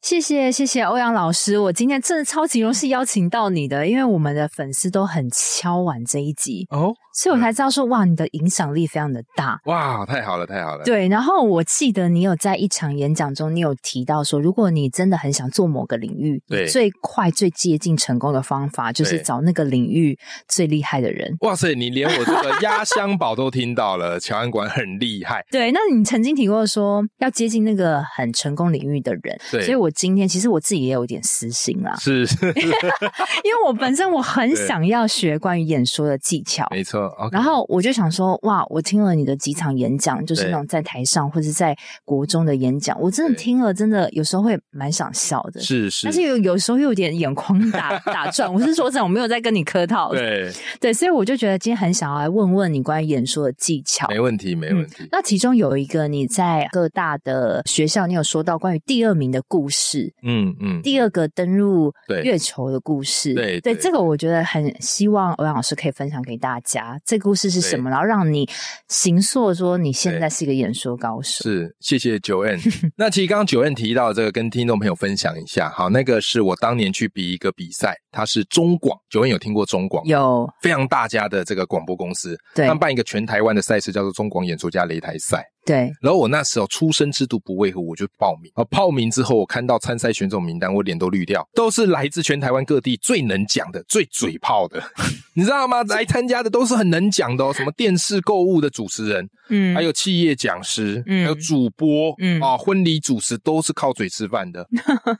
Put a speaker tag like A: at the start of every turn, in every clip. A: 谢谢谢谢欧阳老师，我今天真的超级荣幸邀请到你的，因为我们的粉丝都很敲碗这一集，
B: 哦，
A: 所以我才知道说哇，你的影响力非常的大。
B: 哇，太好了，太好了。
A: 对，然后我记得你有在一场演讲中，你有提到说，如果你真的很想做某个领域，
B: 对
A: 你最快最接近成功的方法就是
B: 对
A: 找那个领域最厉害的人。
B: 哇塞，你连我这个压箱宝都听到了， 乔安馆很厉害。
A: 对，那你曾经提过说要接近那个很成功领域的人，
B: 对，，
A: 所以我今天其实我自己也有点私心啦
B: 是是
A: 因为我本身我很
B: 对
A: 想要学关于演说的技巧，
B: 没错。OK
A: 然后我就想说，哇，我听了你的几场演讲，就是
B: 对
A: 那种在台上或者在国中的演讲，我真的
B: 对
A: 听了，真的有时候会蛮想笑的。
B: 是是，
A: 但是有有时候又有点眼眶 打打转，我是说真的，我没有在跟你客套。
B: 对，
A: 对所以我就觉得今天很想要来问问你关于演说的技巧。
B: 没问题，没问题。
A: 那其中有一个你在各大的学校，你有说到关于第二名的故事，
B: 嗯嗯，
A: 第二个登陆
B: 对
A: 月球的故事。
B: 对
A: 对，
B: 对
A: 这个我觉得很希望欧阳老师可以分享给大家。这个故事是什么？然后让你形塑说你现在是一个演说高手。
B: 是，谢谢九 N。那其实刚刚九 N 提到的这个，跟听众朋友分享一下。好，那个是我当年去比一个比赛，它是中广。九 N 有听过中广吗？
A: 有
B: 非常大家的这个广播公司，
A: 对
B: 他们办一个全台湾的赛事，叫做中广演说家擂台赛。
A: 对
B: 然后我那时候出生之犊不畏虎，我就报名。啊，报名之后，我看到参赛选手名单，我脸都绿掉，都是来自全台湾各地最能讲的、最嘴炮的， 你知道吗？来参加的都是很能讲的哦，什么电视购物的主持人，
A: 嗯
B: 还有企业讲师，
A: 嗯
B: 还有主播，
A: 嗯
B: 啊，婚礼主持都是靠嘴吃 饭的。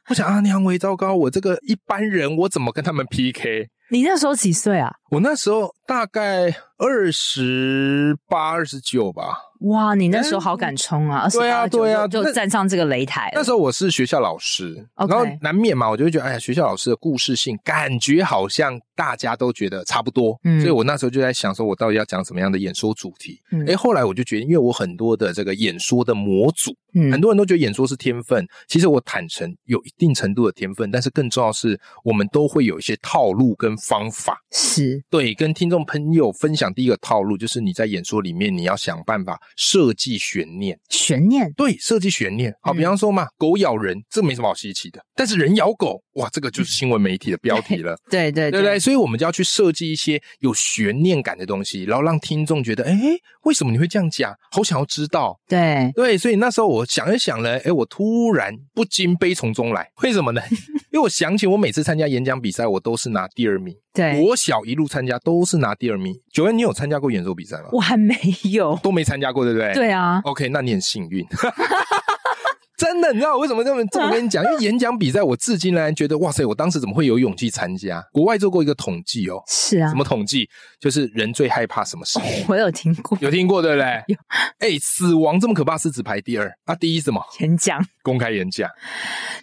B: 我想啊，娘为糟糕，我这个一般人，我怎么跟他们 PK？
A: 你那时候几岁啊？
B: 我那时候大概二十八、二十九吧，
A: 哇，你那时候好敢冲啊！二十
B: 对啊对啊
A: 就
B: 那
A: 站上这个擂台
B: 那
A: 了。
B: 时候我是学校老师
A: OK
B: 然后难免嘛，我就会觉得，哎呀，学校老师的故事性感觉好像大家都觉得差不多，
A: 嗯
B: 所以我那时候就在想，说我到底要讲什么样的演说主题？
A: 嗯
B: 哎、后来我就觉得，因为我很多的这个演说的模组，很
A: 嗯
B: 多人都觉得演说是天分，其实我坦诚有一定程度的天分，但是更重要的是，我们都会有一些套路跟方法。
A: 是
B: 对，跟听众朋友分享第一个套路，就是你在演说里面，你要想办法设计悬念。
A: 悬念，
B: 对，设计悬念。好，
A: 嗯
B: 比方说嘛，狗咬人，这没什么好稀奇的。但是人咬狗，哇，这个就是新闻媒体的标题了，
A: 对嗯对
B: 对不对？所以我们就要去设计一些有悬念感的东西，然后让听众觉得，哎，为什么你会这样讲？好想要知道。
A: 对，
B: 对，所以那时候我想一想呢，哎，我突然不禁悲从中来，为什么呢？ 因为我想起我每次参加演讲比赛，我都是拿第二名。
A: 对
B: 我小一路参加都是拿第二名。九恩，你有参加过演说比赛吗？
A: 我还没有。
B: 都没参加过，对不对？哦
A: 对啊，
B: OK，那你很幸运。 真的，你知道我为什么这么这么跟你讲？因为演讲比赛，我至今仍然觉得，哇塞，我当时怎么会有勇气参加？国外做过一个统计哦，
A: 是啊
B: 什，么统计？就是人最害怕什么事？
A: 我有听过
B: 有听过对不对
A: 有？
B: 哎，死亡这么可怕是只排第二，啊，第一是什么？
A: 演讲。
B: 公开演讲。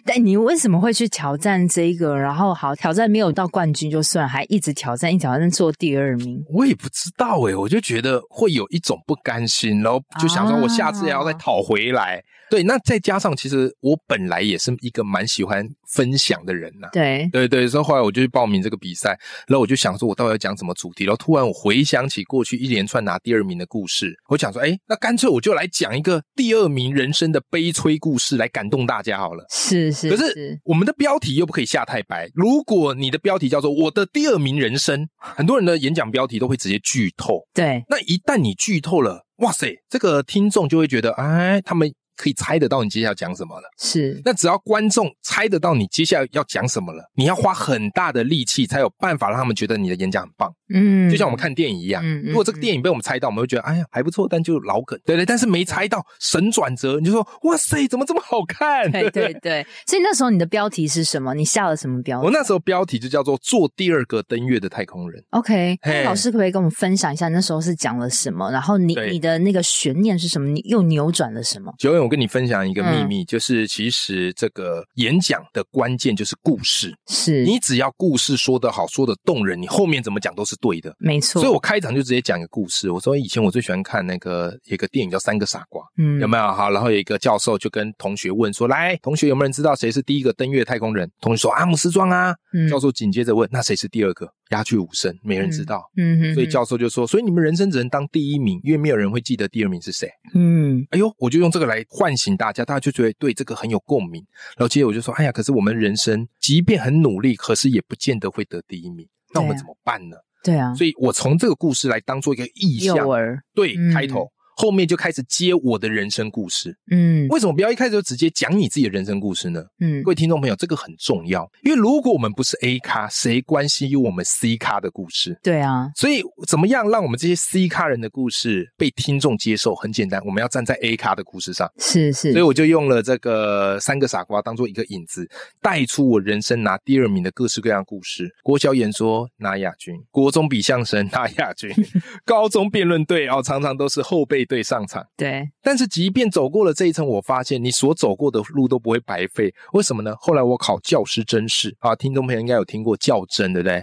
A: 但你为什么会去挑战这一个？然后好挑战没有到冠军就算，还一直挑战，一直挑战做第二名。
B: 我也不知道哎、我就觉得会有一种不甘心，然后就想说我下次也
A: 啊
B: 要再讨回来。对，那再加上其实我本来也是一个蛮喜欢分享的人呐、
A: 对，
B: 对对，所以后来我就去报名这个比赛，然后我就想说，我到底要讲什么主题？然后突然我回想起过去一连串拿第二名的故事，我想说，哎，那干脆我就来讲一个第二名人生的悲催故事，来感动大家好了。
A: 是是
B: 可是我们的标题又不可以下太白，如果你的标题叫做“我的第二名人生”，很多人的演讲标题都会直接剧透。
A: 对
B: 那一旦你剧透了，哇塞，这个听众就会觉得，哎，他们可以猜得到你接下来要讲什么了。
A: 是，
B: 那只要观众猜得到你接下来要讲什么了，你要花很大的力气才有办法让他们觉得你的演讲很棒，
A: 嗯，
B: 就像我们看电影一样。
A: 嗯，嗯
B: 如果这个
A: 嗯
B: 电影被我们猜到，我们会觉得哎呀还不错，但就老梗，对对。但是没猜到神转折，你就说哇塞，怎么这么好看？
A: 对对对，所以那时候你的标题是什么？你下了什么标
B: 我
A: 题
B: 那时候标题就叫做“做第二个登月的太空人
A: ？OK，那
B: 嘿
A: 老师可不可以跟我们分享一下那时候是讲了什么？然后你
B: 对
A: 你的那个悬念是什么？你又扭转了什么”。？
B: 九远，我跟你分享一个
A: 嗯
B: 秘密，就是其实这个演讲的关键就是故事。
A: 是
B: 你只要故事说得好，说得动人，你后面怎么讲都是对的。
A: 没错，
B: 所以我开场就直接讲一个故事。我说以前我最喜欢看那个有一个电影叫《三个傻瓜》，
A: 嗯
B: 有没有？好，然后有一个教授就跟同学问说：“来，同学有没有人知道谁是第一个登月太空人？”同学说：“阿姆斯壮啊。”
A: 嗯
B: 教授紧接着问：“那谁是第二个？”鸦雀无声，没人知道。
A: 嗯哼哼，
B: 所以教授就说：“所以你们人生只能当第一名，因为没有人会记得第二名是谁。”
A: 嗯
B: 哎呦，我就用这个来唤醒大家，大家就觉得对这个很有共鸣。然后接着我就说：“哎呀，可是我们人生即便很努力，可是也不见得会得第一名，那我们
A: 对啊
B: 怎么办呢？”
A: 对啊，
B: 所以我从这个故事来当做一个意
A: 幼
B: 象，
A: 儿
B: 对
A: 嗯
B: 开头。后面就开始接我的人生故事，
A: 嗯
B: 为什么不要一开始就直接讲你自己的人生故事呢？
A: 嗯
B: 各位听众朋友，这个很重要，因为如果我们不是 A 咖，谁关心我们 C 咖的故事？
A: 对啊，
B: 所以，怎么样让我们这些 C 咖人的故事被听众接受？很简单，我们要站在 A 咖的故事上。
A: 是是，
B: 所以我就用了这个三个傻瓜当做一个引子，带出我人生拿第二名的各式各样的故事。国小演说拿亚军， 国中比相声拿亚军， 高中辩论队哦，常常都是后备队上场。
A: 对
B: 但是，即便走过了这一层，我发现你所走过的路都不会白费。为什么呢？后来我考教师甄试啊，听众朋友应该有听过教甄，对不对？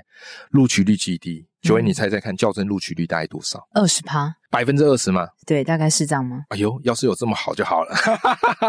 B: 录取率极低。九位，
A: 嗯
B: 你猜猜看，教甄录取率大概多少？
A: 二十趴，
B: 百分之二十吗？
A: 对，大概是这样吗？
B: 哎呦，要是有这么好就好了。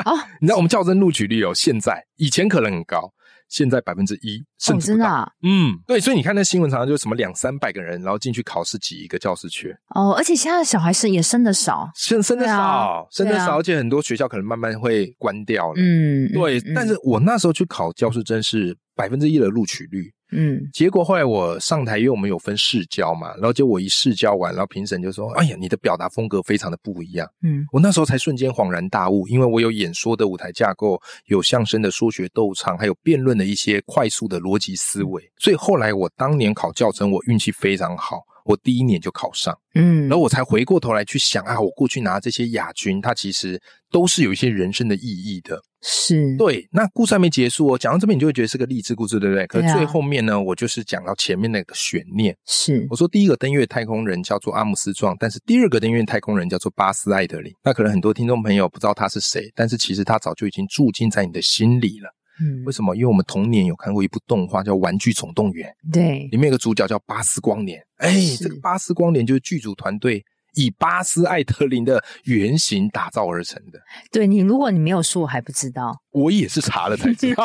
A: 哦，
B: 你知道我们教甄录取率哦，现在以前可能很高，现在百分之一，
A: 哦，
B: 甚至不
A: 真
B: 到。
A: 的啊
B: 嗯，对，所以你看那新闻常常就是什么两三百个人，然后进去考试挤一个教师缺，
A: 哦，而且现在的小孩是也生的少，
B: 生生的
A: 对啊
B: 少，生的
A: 对啊
B: 少，而且很多学校可能慢慢会关掉了。
A: 嗯，
B: 对，
A: 嗯
B: 但是我那时候去考教师真是百分之一的录取率，
A: 嗯
B: 结果后来我上台，因为我们有分试教嘛，然后结果我一试教完，然后评审就说：“哎呀，你的表达风格非常的不一样。”
A: 嗯
B: 我那时候才瞬间恍然大悟，因为我有演说的舞台架构，有相声的说学逗唱，还有辩论的一些快速的逻辑思维，所以后来我当年考教甄，我运气非常好。我第一年就考上，
A: 嗯，
B: 然后我才回过头来去想啊，我过去拿这些亚军，它其实都是有一些人生的意义的。
A: 是，
B: 对，那故事还没结束哦，讲到这边你就会觉得是个励志故事，对不对？可
A: 对
B: 是
A: 啊
B: 最后面呢，我就是讲到前面那个悬念。
A: 是
B: 我说第一个登月太空人叫做阿姆斯壮，但是第二个登月太空人叫做巴斯艾德林。那可能很多听众朋友不知道他是谁，但是其实他早就已经住进在你的心里了。
A: 嗯
B: 为，什么？因为我们童年有看过一部动画叫《玩具总动员》，
A: 对
B: 里面有个主角叫巴斯光年。哎，
A: 是
B: 这个巴斯光年就是剧组团队以巴斯艾德林的原型打造而成的。
A: 对，你如果你没有说，我还不知道，
B: 我也是查了才 知道。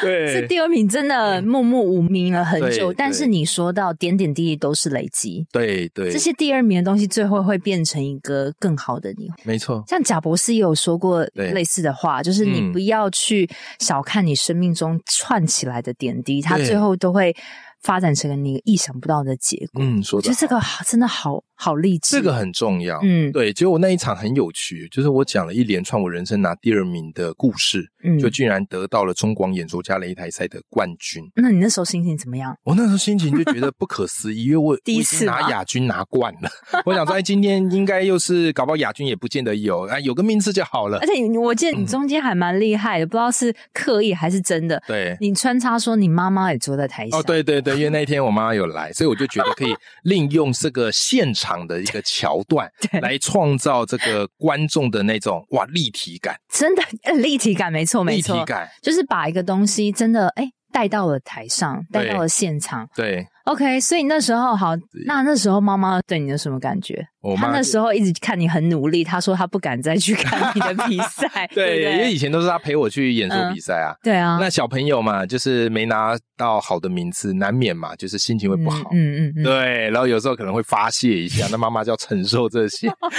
B: 对，嗯
A: 这第二名真的默默无名了很久，
B: 对
A: 但是
B: 对
A: 你说到点点滴滴都是累积，
B: 对对，
A: 这些第二名的东西最后会变成一个更好的你。
B: 没错，
A: 像贾博士也有说过
B: 对
A: 类似的话，就是你
B: 嗯
A: 不要去小看你生命中串起来的点滴，它
B: 对
A: 最后都会发展成你意想不到的结果。
B: 嗯，说
A: 我
B: 的
A: 觉得这个好真的好好励志，
B: 这个很重要。
A: 嗯
B: 对，结果那一场很有趣，就是我讲了一连串我人生拿第二名的故事，
A: 嗯
B: 就竟然得到了中广演说家擂台赛的冠军。
A: 那你那时候心情怎么样？
B: 我那时候心情就觉得不可思议，因为我
A: 第一
B: 我已经
A: 次吗
B: 拿亚军拿冠了，我想说，哎，今天应该又是搞不好亚军也不见得有，哎，有个名次就好了
A: 而。且你我
B: 嗯
A: 记得你中间还蛮厉害的，不知道是刻意还是真的。
B: 对，
A: 你穿插说你妈妈也坐在台下，
B: 哦，对对对，因为那一天我妈妈有来，所以我就觉得可以利用这个现场的一个桥段
A: 对
B: 来创造这个观众的那种哇立体感，
A: 真的呃立体感没错没
B: 立体
A: 错，
B: 感，
A: 就是把一个东西真的哎带到了台上，带
B: 对
A: 到了现场。
B: 对。
A: OK，所以那时候好，那那时候妈妈对你有什么感觉？
B: 我
A: 她
B: 妈
A: 那
B: 就
A: 时候一直看你很努力，她说她不敢再去看你的比 赛，
B: 对，
A: 不
B: 因为
A: 对
B: 以前都是他陪我去演说比赛啊。
A: 对啊，
B: 那小朋友嘛，就是没拿到好的名次，难免嘛，就是心情会不好。
A: 嗯嗯嗯嗯，
B: 对，然后有时候可能会发泄一下，那妈妈就要承受这些，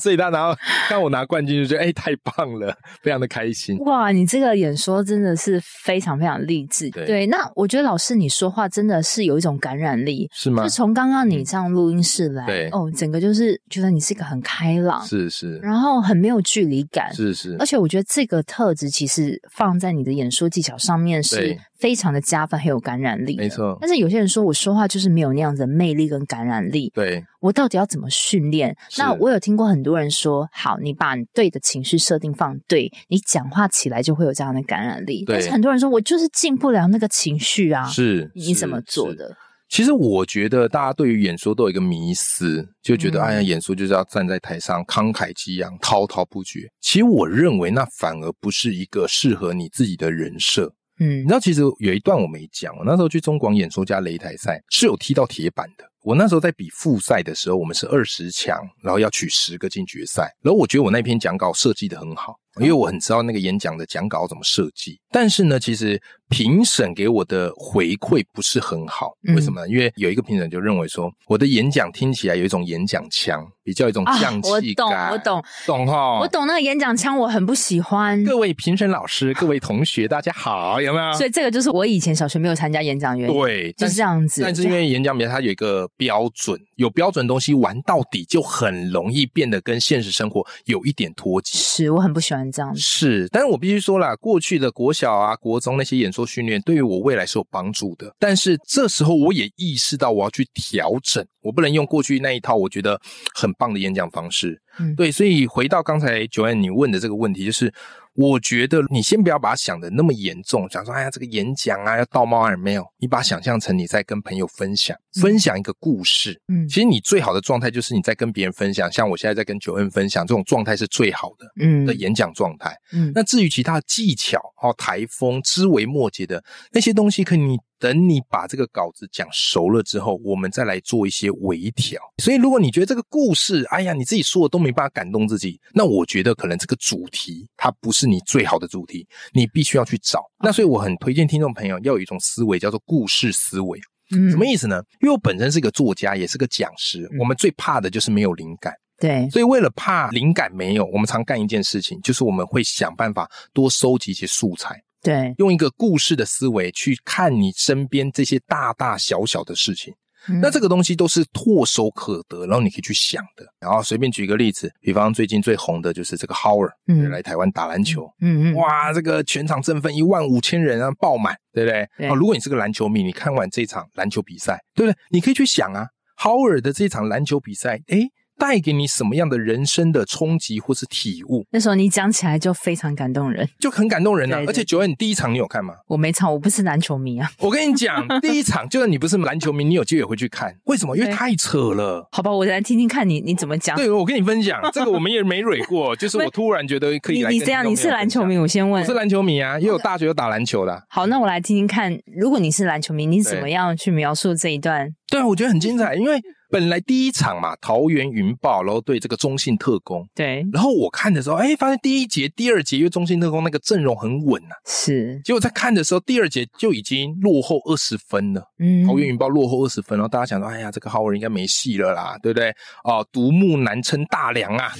B: 所以她然后看我拿冠军就觉得哎、太棒了，非常的开心。
A: 哇，你这个演说真的是非常非常励志。
B: 对
A: 对，那我觉得老师你说话真的是有一种感染力，
B: 是吗
A: 就？从刚刚你这样录音室来，
B: 对
A: 哦，整个就是觉得你是一个很开朗，
B: 是是
A: 然后很没有距离感，
B: 是是
A: 而，且我觉得这个特质其实放在你的演说技巧上面是
B: 对
A: 非常的加分，很有感染力的。
B: 没错
A: 但是有些人说我说话就是没有那样子的魅力跟感染力，
B: 对
A: 我到底要怎么训练？
B: 是
A: 那我有听过很多人说，好，你把你对的情绪设定放对，你讲话起来就会有这样的感染力。
B: 对
A: 但是很多人说我就是进不了那个情绪啊，
B: 是。
A: 你你怎
B: 是
A: 么做？
B: 是
A: 的？
B: 其实我觉得大家对于演说都有一个迷思，就觉得
A: 嗯
B: 哎呀，演说就是要站在台上慷慨激昂、滔滔不绝。其实我认为那反而不是一个适合你自己的人设。你
A: 嗯
B: 知道，其实有一段我没讲，我那时候去中广演说家擂台赛是有踢到铁板的。我那时候在比复赛的时候，我们是二十强，然后要取十个进决赛。然后我觉得我那篇讲稿设计的很好，因为我很知道那个演讲的讲稿怎么设计。但是呢，其实评审给我的回馈不是很好，
A: 嗯
B: 为什么呢？因为有一个评审就认为说，我的演讲听起来有一种演讲腔，比较有一种
A: 啊
B: 匠，
A: 我
B: 气感。
A: 懂，我，
B: 哦
A: 懂，
B: 懂哈，
A: 我。懂那个演讲腔，我很不喜欢。
B: 各位评审老师，各位同学，大家好，有没有？
A: 所以这个就是我以前小学没有参加演讲原因，
B: 对，
A: 就
B: 但
A: 是这样子。
B: 但是因为演讲比赛它有一个标准，有标准的东西玩到底，就很容易变得跟现实生活有一点脱节。
A: 是我很不喜欢这样子。
B: 是，但是我必须说啦，过去的国小啊、国中那些演说训练，对于我未来是有帮助的。但是这时候我也意识到，我要去调整，我不能用过去那一套我觉得很棒的演讲方式。
A: 嗯
B: 对，所以回到刚才九安你问的这个问题，就是我觉得你先不要把它想的那么严重，想说哎呀这个演讲啊要道貌岸然没有，你把它想象成你在跟朋友分享，分享一个故事。
A: 嗯
B: 其实你最好的状态就是你在跟别人分享，像我现在在跟九恩分享，这种状态是最好的。
A: 嗯
B: 的演讲状态。
A: 嗯
B: 那至于其他技巧、哦台风、枝微末节的那些东西，可以你等你把这个稿子讲熟了之后，我们再来做一些微调。所以，如果你觉得这个故事，哎呀，你自己说的都没办法感动自己，那我觉得可能这个主题它不是你最好的主题，你必须要去找。那所以，我很推荐听众朋友要有一种思维叫做故事思维。
A: 嗯
B: 什么意思呢？因为我本身是个作家，也是个讲师
A: 嗯，
B: 我们最怕的就是没有灵感。
A: 对
B: 所以为了怕灵感没有，我们常干一件事情，就是我们会想办法多收集一些素材，
A: 对，
B: 用一个故事的思维去看你身边这些大大小小的事情。
A: 嗯
B: 那这个东西都是唾手可得，然后你可以去想的。然后随便举一个例子，比方最近最红的就是这个 Howard
A: 嗯
B: 来台湾打篮球，
A: 嗯嗯
B: 哇，这个全场振奋一万五千人啊，爆满，对不对？
A: 对
B: 哦，如果你是个篮球迷，你看完这场篮球比赛，对不对？你可以去想啊，豪尔的这场篮球比赛，诶，带给你什么样的人生的冲击或是体悟，
A: 那时候你讲起来就非常感动人。
B: 就很感动人啊。
A: 对对
B: 而且九恩，你第一场你有看吗？
A: 我没唱，我不是篮球迷啊。
B: 我跟 你讲，第一场就算你不是篮球迷，你有机会会去看，为什么？因为
A: 对啊
B: 太扯了。
A: 好吧，我来听听看你你怎么讲。
B: 对，我跟你分享，这个我们也没蕊 过，就是我突然觉得可以
A: 你
B: 来
A: 你
B: 跟
A: 这样，
B: 听众
A: 你
B: 朋
A: 是
B: 友
A: 篮球
B: 分
A: 迷，哦
B: 享？
A: 我先问
B: 我是。篮球迷啊，因为我大学有打篮球的啊、
A: 好，那我来听听看，如果你是篮球迷，你怎
B: 对
A: 么样去描述这一段？
B: 对啊，我觉得很精彩，因为本来第一场嘛，桃园云豹，然后对这个中信特工，
A: 对，
B: 然后我看的时候，哎，发现第一节、第二节，因为中信特工那个阵容很稳啊，
A: 是，
B: 结果在看的时候，第二节就已经落后二十分了，
A: 嗯，
B: 桃园云豹落后二十分，然后大家想说，哎呀，这个浩文应该没戏了啦，对不对？哦，独木难撑大梁啊，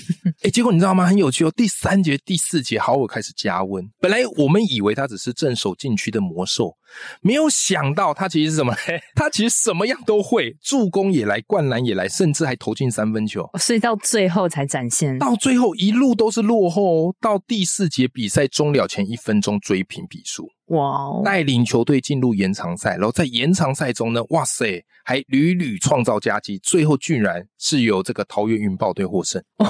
B: 哎，结果你知道吗？很有趣哦，第三节、第四节，豪尔开始加温，本来我们以为他只是镇守禁区的魔兽，没有想到他其实是什么 嘞？他其实什么样都会，助攻也来，灌篮也来，甚至还投进三分球。
A: 所以到最后才展现。
B: 到最后一路都是落后哦，到第四节比赛终了前一分钟追平比数，
A: 哇哦，
B: 带领球队进入延长赛。然后在延长赛中呢，哇塞，还屡屡创造佳绩，最后居然是由这个桃园云豹队获 胜，
A: 哦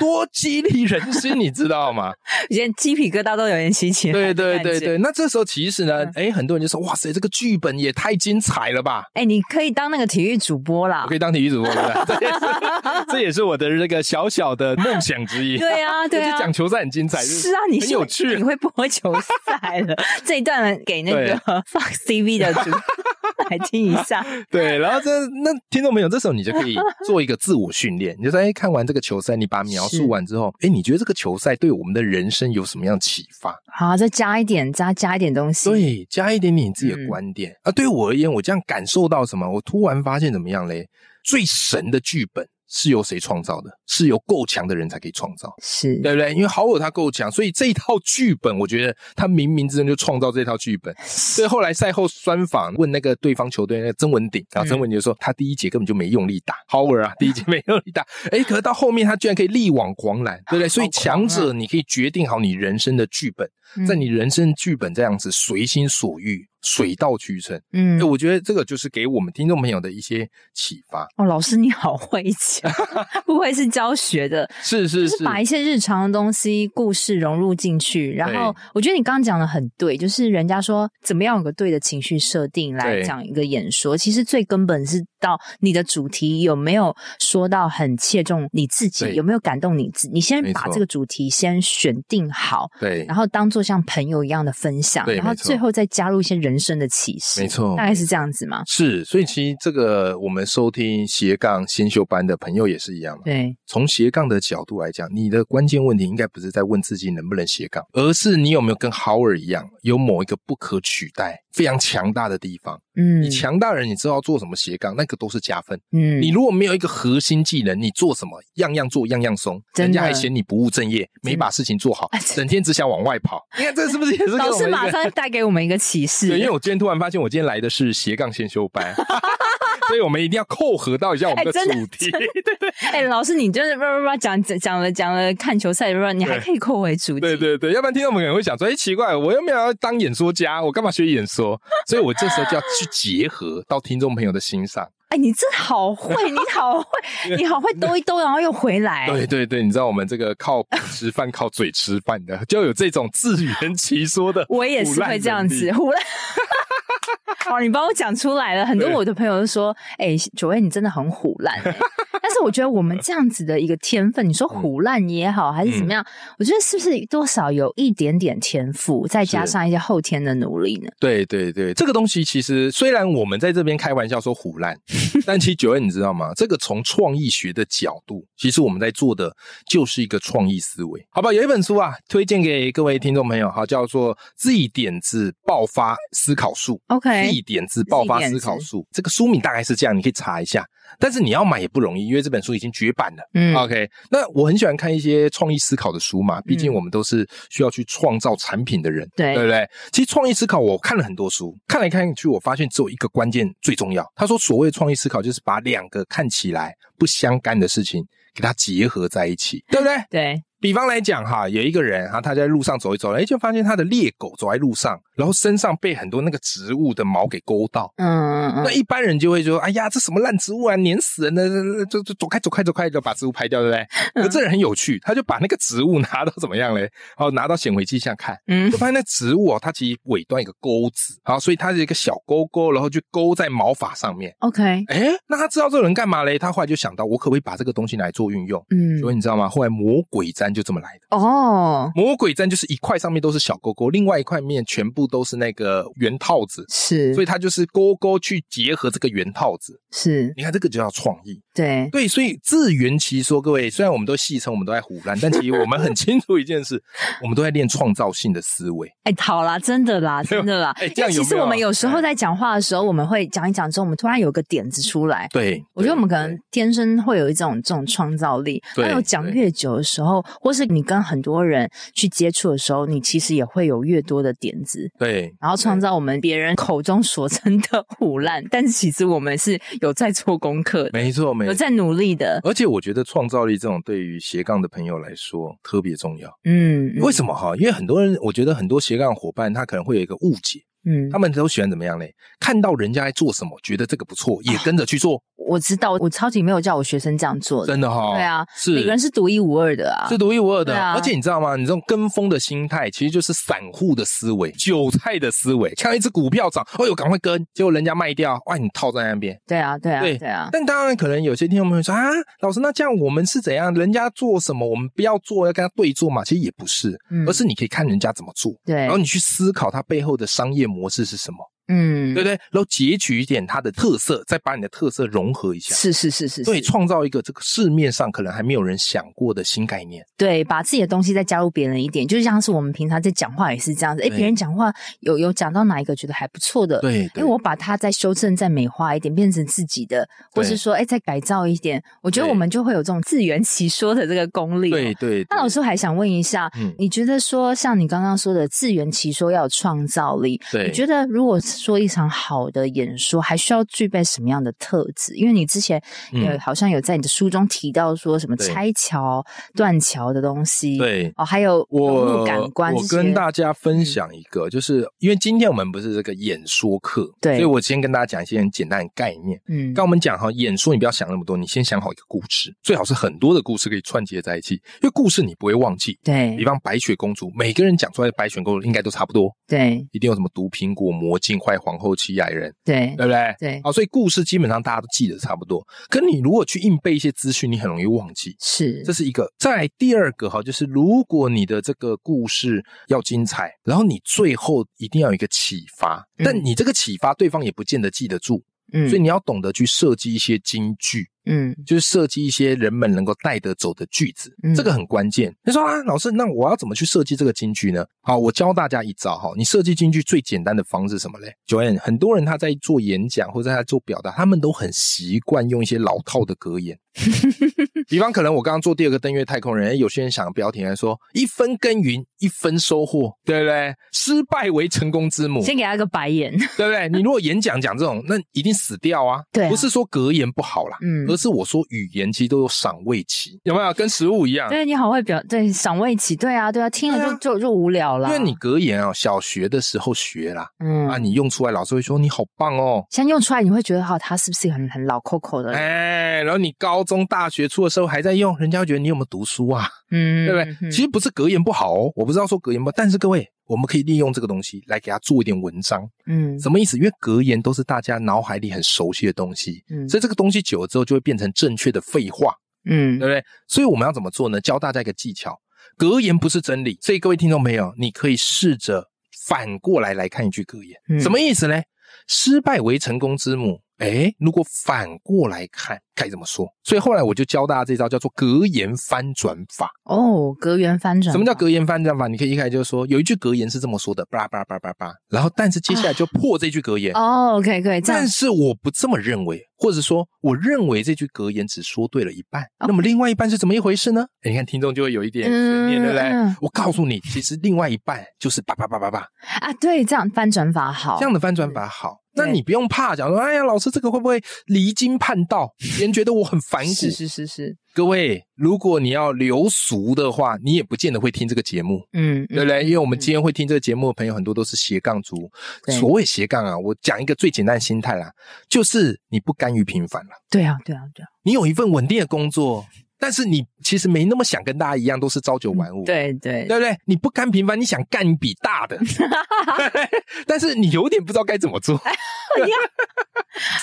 B: 多激励人心，你知 道吗？
A: 有点鸡皮疙瘩都有点起起来。
B: 对对
A: 感觉
B: 对对，。那这时候其实呢
A: 嗯，
B: 哎、很多人就说，哇塞，这个剧本也太精彩了吧！
A: 哎，你可以当那个体育主播啦
B: 我可。以当体育主播，对 不对？这也是这也是我的这个小小的梦想之一。
A: 对啊对啊
B: 我觉得讲球赛很精彩，就是
A: 啊，你
B: 很
A: 是
B: 有趣
A: 你会播球赛 了。这一段给那个
B: 对
A: Fox TV 的主 来听一下。
B: 对，然后这那听众朋友，这时候你就可以做一个自我训练，你就说，哎，看完这个球赛，你把它描
A: 是
B: 述完之后，哎，你觉得这个球赛对我们的人生有什么样的启发？
A: 好，啊再加一点，加加一点东西。
B: 对，加一点点你自己
A: 嗯
B: 的观点、啊。对我而言，我这样感受到什么？我突然发现怎么样嘞？最神的剧本是由谁创造的？是由够强的人才可以创造。
A: 是
B: 对不对？因为好友他够强，所以这一套剧本，我觉得他冥冥之中就创造这套剧本。所以后来赛后专访问那个对方球队那个曾文鼎，然后曾文鼎就说、
A: 嗯
B: 他第一节根本就没用力打 h o w a r 啊，第一节没用力打，哎，可是到后面他居然可以力挽狂澜，对不对？所以
A: 好狂啊嗯
B: 强者你可以决定好你人生的剧本，在你人生剧本这样子随心所欲。水到渠成。
A: 嗯
B: 哎、，我觉得这个就是给我们听众朋友的一些启发。
A: 哦，老师你好会 讲，不愧是教学的，
B: 是是
A: 就是把一些日常的东西、故事融入进去。然后，我觉得你刚刚讲的很对，就是人家说怎么样有个对的情绪设定来
B: 对
A: 讲一个演说，其实最根本是到你的主题有没有说到很切中你自己，
B: 对
A: 有没有感动你自你先
B: 没
A: 把
B: 错
A: 这个主题先选定好，
B: 对，
A: 然后当做像朋友一样的分享，
B: 对
A: 然后
B: 没错
A: 最后再加入一些人生的启示，
B: 没错
A: 大概是这样子嘛？
B: 是，所以其实这个我们收听斜杠先修班的朋友也是一样嘛。
A: 对，
B: 从斜杠的角度来讲，你的关键问题应该不是在问自己能不能斜杠，而是你有没有跟 Howard 一样，有某一个不可取代、非常强大的地方。
A: 嗯
B: 你，强大人，你知道做什么斜杠，那个都是加分。
A: 嗯
B: 你如果没有一个核心技能，你做什么样样做样样松，
A: 真的
B: 人家还嫌你不务正业，
A: 的
B: 没把事情做 好
A: 哎，这
B: 整天只想往外跑。你看这是不是也是跟
A: 老
B: 我
A: 师
B: 们一
A: 马
B: 个？
A: 上带给我们一个启示，
B: 对，因为我今天突然发现，我今天来的是斜杠先修班，所以我们一定要扣合到一下我们的
A: 哎真的
B: 主题。
A: 哎、老师，你就是叭叭叭讲讲讲了讲了看球赛，叭，你还
B: 对
A: 可以扣回主题。
B: 对对对，要不然听众们可能会想说，哎，奇怪，我又没有要当演说家，我干嘛学 演说？所以我这时候就要去结合到听众朋友的心上。
A: 哎、你真好会，你好 会，你好会兜一兜，然后又回来。
B: 对对对，你知道我们这个靠谱吃饭、靠嘴吃饭的，就有这种自圆其说的。
A: 我也是会这样子，。胡乱。 好，你帮我讲出来了。很多
B: 对
A: 我的朋友都说：“哎、九妹，你真的很虎烂、欸。”但是我觉得我们这样子的一个天分，你说
B: 嗯
A: 虎烂也好，还是怎么样，我觉得是不是多少有一点点天赋，再加
B: 是
A: 上一些后天的努力呢？
B: 对对对，这个东西其实虽然我们在这边开玩笑说胡 烂，但其实九恩你知道吗？这个从创意学的角度，其实我们在做的就是一个创意思维，好吧？有一本书啊，推荐给各位听众朋友，哈，叫做《Z 点子爆发思考术》。
A: OK，
B: Z 哎点子爆发思考术，这个书名大概是这样，你可以查一下。但是你要买也不容易，因为这本书已经绝版了。
A: 嗯
B: OK，那我很喜欢看一些创意思考的书嘛，毕竟我们都是需要去创造产品的人，
A: 对
B: 对不对？其实创意思考我看了很多书，看来看去，我发现只有一个关键最重要。他说，所谓创意思考就是把两个看起来不相干的事情给它结合在一起，对不对？
A: 对，
B: 比方来讲哈，有一个人哈，他在路上走一走，哎，就发现他的猎狗走在路上，然后身上被很多那个植物的毛给勾到。
A: 嗯嗯
B: 那
A: 嗯，
B: 一般人就会说：“哎呀，这什么烂植物啊，碾死人的！就就走开，走开，走开，就把植物拍掉，对不对？”可这人很有趣，他就把那个植物拿到怎么样嘞？哦，拿到显微镜下看，
A: 嗯
B: 就发现那植物哦，它其实尾端有个钩子，好，所以它是一个小钩钩，然后就勾在毛发上面。
A: ，OK，
B: 哎，那他知道这个人干嘛嘞？他后来就想到，我可不可以把这个东西拿来做运用？
A: 嗯，
B: 所以你知道吗？后来魔鬼毡就这么来的。
A: 哦，
B: 魔鬼毡就是一块上面都是小勾勾，另外一块面全部都是那个圆套子，
A: 是，
B: 所以它就是勾勾去结合这个圆套子。
A: 是，
B: 你看这个就叫创意。
A: 对，
B: 对，所以自圆其说，各位，虽然我们都戏称我们都在胡乱，但其实我们很 清楚一件事，我们都在练创造性的思维。
A: 哎、好啦，真的啦，真的啦。
B: 哎这
A: 因
B: 样
A: 为
B: 有
A: 其实
B: 没有
A: 我们有时候
B: 哎
A: 在讲话的时候，我们会讲一讲之后，我们突然有个点子出来。
B: 对，
A: 我觉得我们可
B: 对
A: 能天生会有一种这种创造力，
B: 对
A: 还有讲越久的时候，或是你跟很多人去接触的时候，你其实也会有越多的点子，
B: 对，
A: 然后创造我们别人口中所称的“虎烂”，但是其实我们是有在做功课的，
B: 没错，
A: 有
B: 没错。
A: 在努力的。
B: 而且我觉得创造力这种对于斜杠的朋友来说特别重要。
A: 嗯，
B: 为什么哈？因为很多人，我觉得很多斜杠伙伴他可能会有一个误解，
A: 嗯，
B: 他们都喜欢怎么样嘞？看到人家在做什么，觉得这个不错，也跟着去做，
A: 我知道，我超级没有叫我学生这样做的。
B: 真的哈、
A: 对啊，
B: 是
A: 每个人是独一无二的啊。
B: 是独一无二的、
A: 对啊
B: 而且你知道吗？你这种跟风的心态，其实就是散户的思维、韭菜的思维。看到一只股票涨，哎呦，赶快跟，结果人家卖掉，哇，你套在那边。
A: 对啊，对啊，
B: 对
A: 对啊，
B: 但当然，可能有些听众朋友说啊，老师，那这样我们是怎样？人家做什么，我们不要做，要跟他对做嘛？其实也不是，
A: 嗯
B: 而是你可以看人家怎么做。
A: 对
B: 然后，你去思考它背后的商业模式是什么，
A: 嗯
B: 对不，对？然后截取一点它的特色，再把你的特色融合一下，
A: 是是是是，
B: 对，
A: 是
B: 创造一个这个市面上可能还没有人想过的新概念。
A: 对，把自己的东西再加入别人一点，就像是我们平常在讲话也是这样子。诶，
B: 对
A: 别人讲话有有讲到哪一个觉得还不错的，
B: 对，
A: 因
B: 对
A: 为我把它再修正、再美化一点，变成自己的，或是
B: 对
A: 说诶，再改造一点，我觉得
B: 对
A: 我们就会有这种自圆其说的这个功力哦。
B: 对对，
A: 那
B: 对
A: 老师我还想问一下，
B: 嗯
A: 你觉得说像你刚刚说的自圆其说要有创造力，
B: 对，
A: 你觉得如果说一场好的演说，还需要具备什么样的特质？因为你之前有、
B: 嗯
A: 好像有在你的书中提到说什么
B: 对
A: 拆桥、断桥的东西，，
B: 对，
A: 哦，还有融
B: 我
A: 入感官这
B: 我
A: 些，嗯
B: 跟大家分享一个，就是因为今天我们不是这个演说课，
A: 对
B: 所以我先跟大家讲一些很简单的概念。
A: 嗯
B: 刚我们讲哈，演说你不要想那么多，你先想好一个故事，最好是很多的故事可以串接在一起，因为故事你不会忘记。比
A: 对
B: 方白雪公主，每个人讲出来的白雪公主应该都差不多，
A: 对
B: 一定有什么毒苹果、魔镜、坏皇后、七矮人，
A: 对
B: 对不哦对？
A: 对，
B: 好，所以故事基本上大家都记得差不多。可你如果去硬背一些资讯，你很容易忘记。
A: 是
B: 这是一个。再来第二个哈，就是如果你的这个故事要精彩，然后你最后一定要有一个启发，
A: 嗯
B: 但你这个启发对方也不见得记得住，
A: 嗯
B: 所以你要懂得去设计一些金句。
A: 嗯
B: 就是设计一些人们能够带得走的句子，
A: 嗯
B: 这个很关键。你说啊，老师，那我要怎么去设计这个金句呢？好，我教大家一招哈。你设计金句最简单的方式是什么嘞？Joanne，很多人他在做演讲或者他在做表达，他们都很习惯用一些老套的 格言。比方，可能我刚刚做第二个登月太空人，有些人想标题来说“一分耕耘一分收获”，对不对？失败为成功之母，
A: 先给他一个白眼，
B: 对不对？你如果演讲讲这种，那一定死掉啊！
A: 对啊
B: 不是说格言不好啦，
A: 嗯
B: 而是我说语言其实都有赏味期，有没有？跟食物一样，
A: 对你好会表对赏味期，对啊对啊，听了
B: 对
A: 就、
B: 啊
A: 就就无聊了，
B: 因为你格言啊、小学的时候学啦，
A: 嗯
B: 啊，你用出来，老师会说你好棒哦。
A: 先用出来，你会觉得哈，他是不是很很老 Coco 的人？
B: 哎，然后你高中、大学出的时候还在用，人家会觉得你有没有读书啊？
A: 嗯，
B: 对不对？
A: 嗯
B: 其实不是格言不好哦，我不知道说格言不好，但是各位，我们可以利用这个东西来给它做一点文章，
A: 嗯
B: 什么意思？因为格言都是大家脑海里很熟悉的东西，
A: 嗯
B: 所以这个东西久了之后就会变成正确的废话。
A: 嗯
B: 对不对？所以我们要怎么做呢？教大家一个技巧：格言不是真理。所以各位听众朋友，你可以试着反过来来看一句格言，
A: 嗯
B: 什么意思呢？失败为成功之母。诶，如果反过来看该怎么说？所以后来我就教大家这招叫做格言翻转法。
A: 哦，格言翻转，
B: 什么叫格言翻转法？你可以一开始就说有一句格言是这么说的，叭叭叭叭叭，然后但是接下来就破这句格言。
A: 哦，OK，可以这样
B: 但，是我不这么认为，或者说我认为这句格言只说对了一半，
A: 哦
B: 那么另外一半是怎么一回事呢？诶你看听众就会有一点悬
A: 嗯
B: 念，对不对
A: 嗯？
B: 我告诉你，其实另外一半就是叭叭叭叭叭，
A: 啊，对，这样翻转法好，
B: 这样的翻转法好。
A: 对
B: 那你不用怕讲说，哎呀，老师这个会不会离经叛道？别人觉得我很反骨。
A: 是是是是，
B: 各位，如果你要留俗的话，你也不见得会听这个节目。
A: 嗯，
B: 对不
A: 嗯？
B: 对？因为我们今天会听这个节目的朋友，很多都是斜杠族。
A: 对
B: 所谓斜杠啊，我讲一个最简单的心态啦，就是你不甘于平凡啦。
A: 对啊，对啊，对啊，
B: 你有一份稳定的工作，但是你其实没那么想跟大家一样都是朝九晚五，
A: 对对
B: 对不对？你不甘平凡，你想干一笔 大的，但是你有点不知道该怎 么做。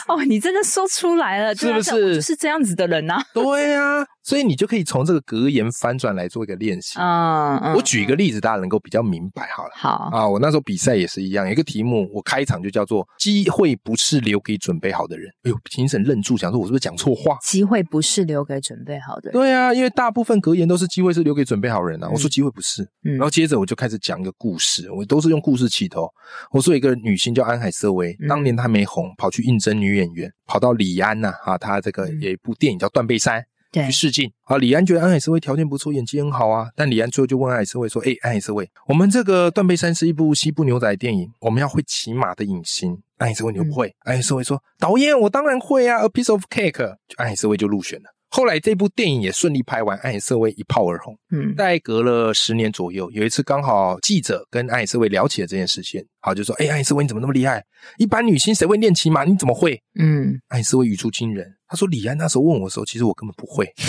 A: 哦，你真的说出来了，对啊
B: 是不
A: 这样我
B: 是
A: 就是这样子的人呐？啊
B: 对呀、所以你就可以从这个格言翻转来做一个练习。
A: 嗯嗯，
B: 我举一个例子，大家能够比较明白好了。
A: 好，
B: 啊，我那时候比赛也是一样，有一个题目，我开场就叫做“机会不是留给准备好的人”。哎呦，评审愣住，想说我是不是讲错话？
A: 机会不是留给准备好的人，
B: 对啊，因为大部分格言都是机会是留给准备好人啊。我说机会不是，
A: 嗯
B: 然后接着我就开始讲一个故事，我都是用故事起头。我说有一个女星叫安海瑟薇，
A: 嗯
B: 当年她没红，跑去应征女演员，跑到李安呐啊她这个
A: 嗯
B: 有一部电影叫《断背山》，
A: 对
B: 去，试镜啊。李安觉得安海瑟薇条件不错，演技很好啊。但李安最后就问安海瑟薇说：“哎、安海瑟薇，我们这个《断背山》是一部西部牛仔电影，我们要会骑马的影星。”安海瑟薇你又不会，安海瑟薇说：“导演，我当然会啊，《A Piece of Cake》。”就安海瑟薇就入选了。后来这部电影也顺利拍完，安海瑟薇一炮而红。
A: 嗯
B: 大概隔了十年左右，有一次刚好记者跟安海瑟薇聊起了这件事情，好就说：“哎、安海瑟薇你怎么那么厉害？一般女星谁会练骑马？你怎么会？”
A: 嗯，
B: 艾斯哎会语出惊人。他说李安那时候问我的时候，其实我根本不会，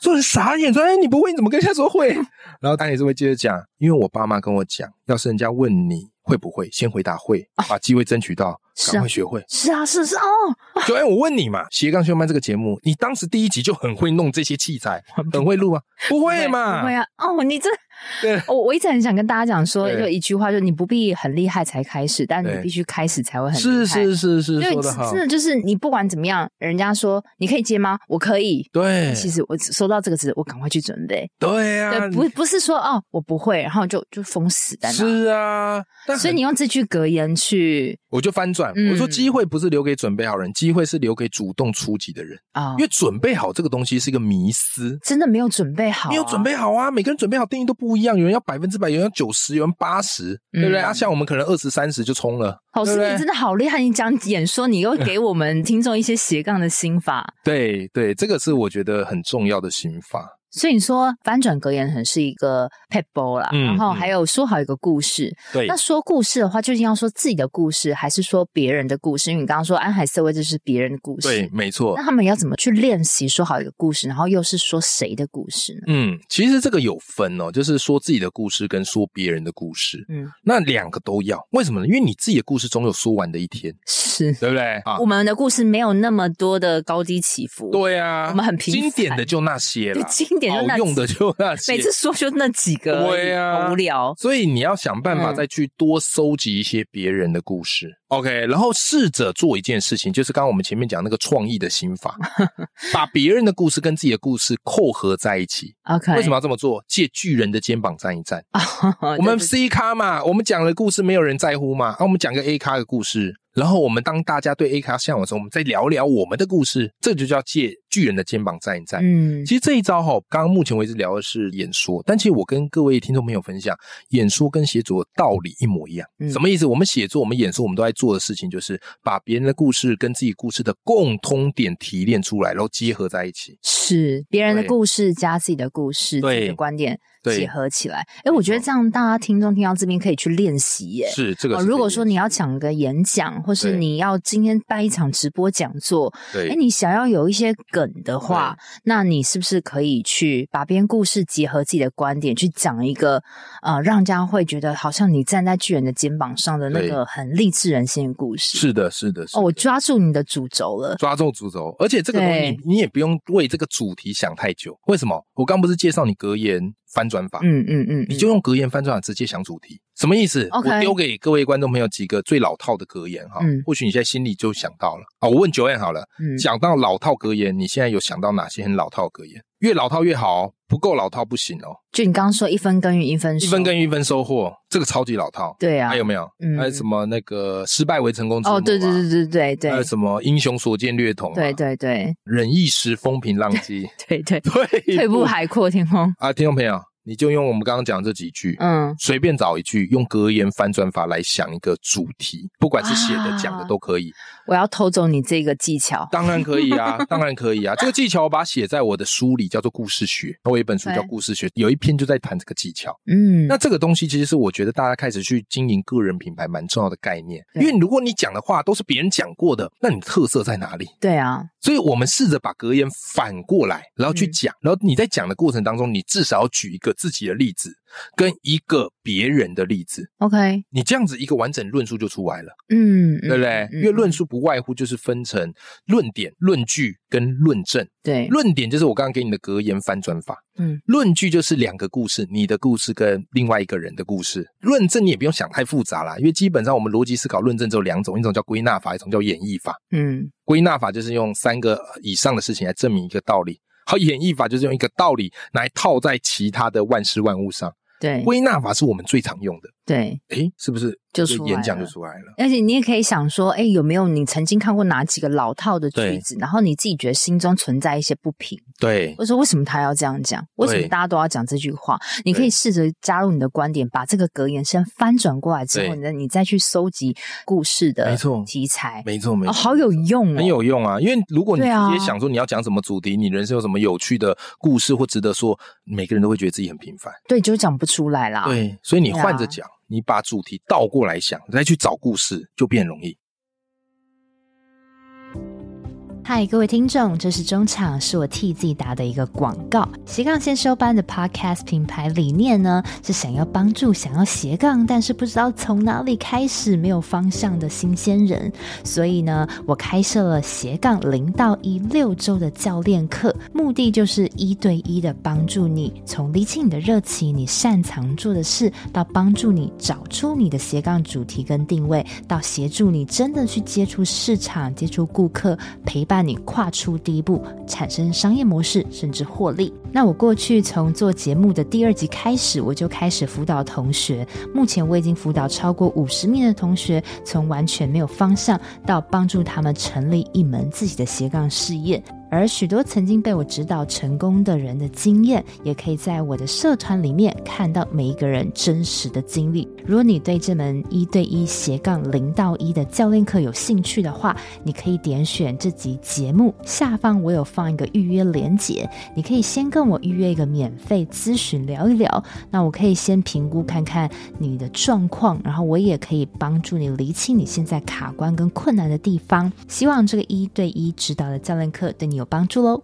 B: 就很傻眼，说：“哎，你不会，你怎么跟人家说会？” 然后安斯会接着讲，因为我爸妈跟我讲，要是人家问你会不会，先回答会，把机会争取到，
A: 是啊
B: 赶快学会。
A: 是啊，是是哦，
B: 就哎，我问你嘛，《斜杠秀曼》这个节目，你当时第一集就很会弄这些器材，很会录啊，不会嘛？
A: 不会啊，哦，你这
B: 对，
A: 我我一直很想跟大家讲说，
B: 对
A: 就一句话，就你不必很厉害才开始，但你
B: 对
A: 必须开始才会很
B: 是
A: 厉害。
B: 是是是，
A: 因为
B: 说的好
A: 真，的就是你不管怎么样，人家说你可以接吗？我可以。
B: 对
A: 其实我收到这个词，我赶快去准备。
B: 对哎啊，
A: 对，不不是说哦我不会，然后就就封死在那。
B: 是啊，但
A: 所以你用这句格言去
B: 我就翻转，
A: 嗯
B: 我说机会不是留给准备好人，机会是留给主动出击的人。
A: 啊，
B: 因为准备好这个东西是一个迷思，
A: 真的没有准备好、啊，
B: 没有准备好啊，每个人准备好定义都不不一样，有人要百分之百，有人要九十，有人八十，对不对？
A: 嗯
B: 啊，像我们可能二十三十就冲 了，
A: 老师，
B: 对不对
A: 你真的好厉害！你讲演说，你又给我们听众一些斜杠的心法，
B: 对对，这个是我觉得很重要的心法。
A: 所以你说翻转格言很是一个 p e b b l e 啦，
B: 嗯
A: 然后
B: 嗯
A: 还有说好一个故事。
B: 对
A: 那说故事的话，究竟要说自己的故事，还是说别人的故事？因为你刚刚说安海瑟薇这是别人的故事，
B: 对，没错
A: 那。他们要怎么去练习说好一个故事，然后又是说谁的故事呢？
B: 嗯，其实这个有分哦，就是说自己的故事跟说别人的故事，
A: 嗯，
B: 那两个都要。为什么呢？因为你自己的故事总有说完的一天，
A: 是
B: 对不对？啊
A: 我，们的故事没有那么多的高低起伏，
B: 对啊，
A: 我们很平凡
B: 经典的就那些
A: 对，
B: 了，
A: 经典就那
B: 好用的就那 些，
A: 每次说就那几个而已，
B: 对啊
A: 好无聊。
B: 所以你要想办法
A: 嗯
B: 再去多收集一些别人的故事、o k 然后试着做一件事情，就是刚刚我们前面讲那个创意的 心法，把别人的故事跟自己的故事扣合在一起。
A: OK，
B: 为什么？要这么做？借巨人的肩膀站一站。我
A: 我
B: 们 C 咖嘛，我们讲的故事没有人在乎嘛，啊，我们讲个 A 咖的故事，然后我们当大家对 A 咖向往的时候，我们再聊聊我们的故事，这就叫借巨人的肩膀站一站。
A: 嗯
B: 其实这一招哈、刚刚目前为止聊的是演说，但其实我跟各位听众朋友分享，演说跟写作道理一模一样。
A: 嗯
B: 什么意思？我们写作、我们演说，我们都在做的事情，就是把别人的故事跟自己故事的共通点提炼出来，然后结合在一起。
A: 是别人的
B: 对
A: 故事加自己的故事，自
B: 对
A: 己的观点
B: 对
A: 结合起来。哎，
B: 没错
A: 我觉得这样大家听众听到这边可以去练习耶。
B: 是这个
A: 哦，
B: 是可以的、
A: 如果说你要讲个演讲，或是
B: 对
A: 你要今天办一场直播讲座，
B: 对
A: 哎，你想要有一些梗的话，那你是不是可以去把别人故事结合自己的观点去讲一个，呃，让人家会觉得好像你站在巨人的肩膀上的那
B: 对
A: 个很励志人心的故事？
B: 是的，是的，是的
A: 哦，我抓住你的主轴了。
B: 抓住主轴，而且这个东西
A: 对
B: 你你也不用为这个主题想太久。为什么？我刚不是介绍你格言翻转法？
A: 嗯嗯嗯，
B: 你就用格言翻转法直接想主题，什么意思
A: OK
B: 我丢给各位观众朋友几个最老套的格言哈，
A: 嗯
B: 或许你现在心里就想到了啊。我问九燕好了，
A: 嗯
B: 讲到老套格言，你现在有想到哪些很老套的格言？越老套越好哦，不够老套不行哦。
A: 就你刚刚说一分耕耘一分
B: 一
A: 收，
B: 分耕耘一分收获，这个超级老套。
A: 对啊，
B: 还有没有？
A: 哦嗯
B: 还有什么那个失败为成功之母
A: 哦，对对
B: 啊
A: 对对对对
B: 还有什么英雄所见略同、啊？
A: 对对对
B: 忍一时风平浪静，
A: 对 对，
B: 退
A: 退步海阔天空，
B: 啊！听众朋友，你就用我们刚刚讲的这几句，
A: 嗯，
B: 随便找一句，用格言翻转法来想一个主题，不管是写的、
A: 啊
B: 讲的都可以。
A: 我要偷走你这个技巧，
B: 当然可以 啊，当然可以啊。这个技巧我把它写在我的书里，叫做《故事学》。我有一本书叫
A: 对
B: 《故事学》，有一篇就在谈这个技巧。
A: 嗯，
B: 那这个东西其实是我觉得大家开始去经营个人品牌蛮重要的概念，因
A: 对
B: 为如果你讲的话都是别人讲过的，那你特色在哪里？
A: 对啊，
B: 所以我们试着把格言反过来，然后去
A: 嗯
B: 讲，然后你在讲的过程当中，你至少要举一个自己的例子，跟一个别人的例子，
A: ，OK，
B: 你这样子一个完整论述就出来了，
A: 嗯，
B: 对不对
A: 嗯？嗯
B: 因为论述不外乎就是分成论点、论据跟论证。
A: 对，
B: 论点就是我刚刚给你的格言翻转法，
A: 嗯，
B: 论据就是两个故事，你的故事跟另外一个人的故事。论证你也不用想太复杂啦，因为基本上我们逻辑思考论证只有两种，一种叫归纳法，一种叫演绎法。
A: 嗯，
B: 归纳法就是用三个以上的事情来证明一个道理，好，演绎法就是用一个道理来套在其他的万事万物上。
A: 对
B: 归纳法是我们最常用的，
A: 对，
B: 诶，是不是？
A: 就
B: 这个
A: 出来
B: 演讲
A: 了
B: 就出来了。
A: 而且你也可以想说，哎，有没有你曾经看过哪几个老套的句
B: 对
A: 子，然后你自己觉得心中存在一些不平，
B: 对
A: 或者说为什么他要这样讲？为什么大家都要讲这句话？你可以试着加入你的观点，把这个格言先翻转过来之后，
B: 对
A: 你再你再去搜集故事的
B: 没错
A: 题材，
B: 没错没错、
A: 哦，好有用哦，
B: 很有用啊！因为如果你
A: 对啊
B: 直接想说你要讲什么主题，你人生有什么有趣的故事或值得说，每个人都会觉得自己很平凡。
A: 对，就讲不出来啦。，
B: 对，所以你
A: 对啊
B: 换着讲，你把主题倒过来想，再去找故事，就变容易。
A: 嗨，各位听众，这是中场，是我替自己打的一个广告。斜杠先修班的 Podcast 品牌理念呢，是想要帮助想要斜杠但是不知道从哪里开始、没有方向的新鲜人。所以呢，我开设了斜杠零到一六周的教练课，目的就是一对一的帮助你从理清你的热情、你擅长做的事，到帮助你找出你的斜杠主题跟定位，到协助你真的去接触市场、接触顾客，陪伴你跨出第一步，产生商业模式，甚至获利。那我过去从做节目的第二集开始，我就开始辅导同学，目前我已经辅导超过五十名的同学，从完全没有方向到帮助他们成立一门自己的斜杠事业。而许多曾经被我指导成功的人的经验，也可以在我的社团里面看到每一个人真实的经历。如果你对这门一对一斜杠零到一的教练课有兴趣的话，你可以点选这集节目下方，我有放一个预约连结，你可以先跟我预约一个免费咨询聊一聊。那我可以先评估看看你的状况，然后我也可以帮助你厘清你现在卡关跟困难的地方。希望这个一对一指导的教练课对你有帮助喽。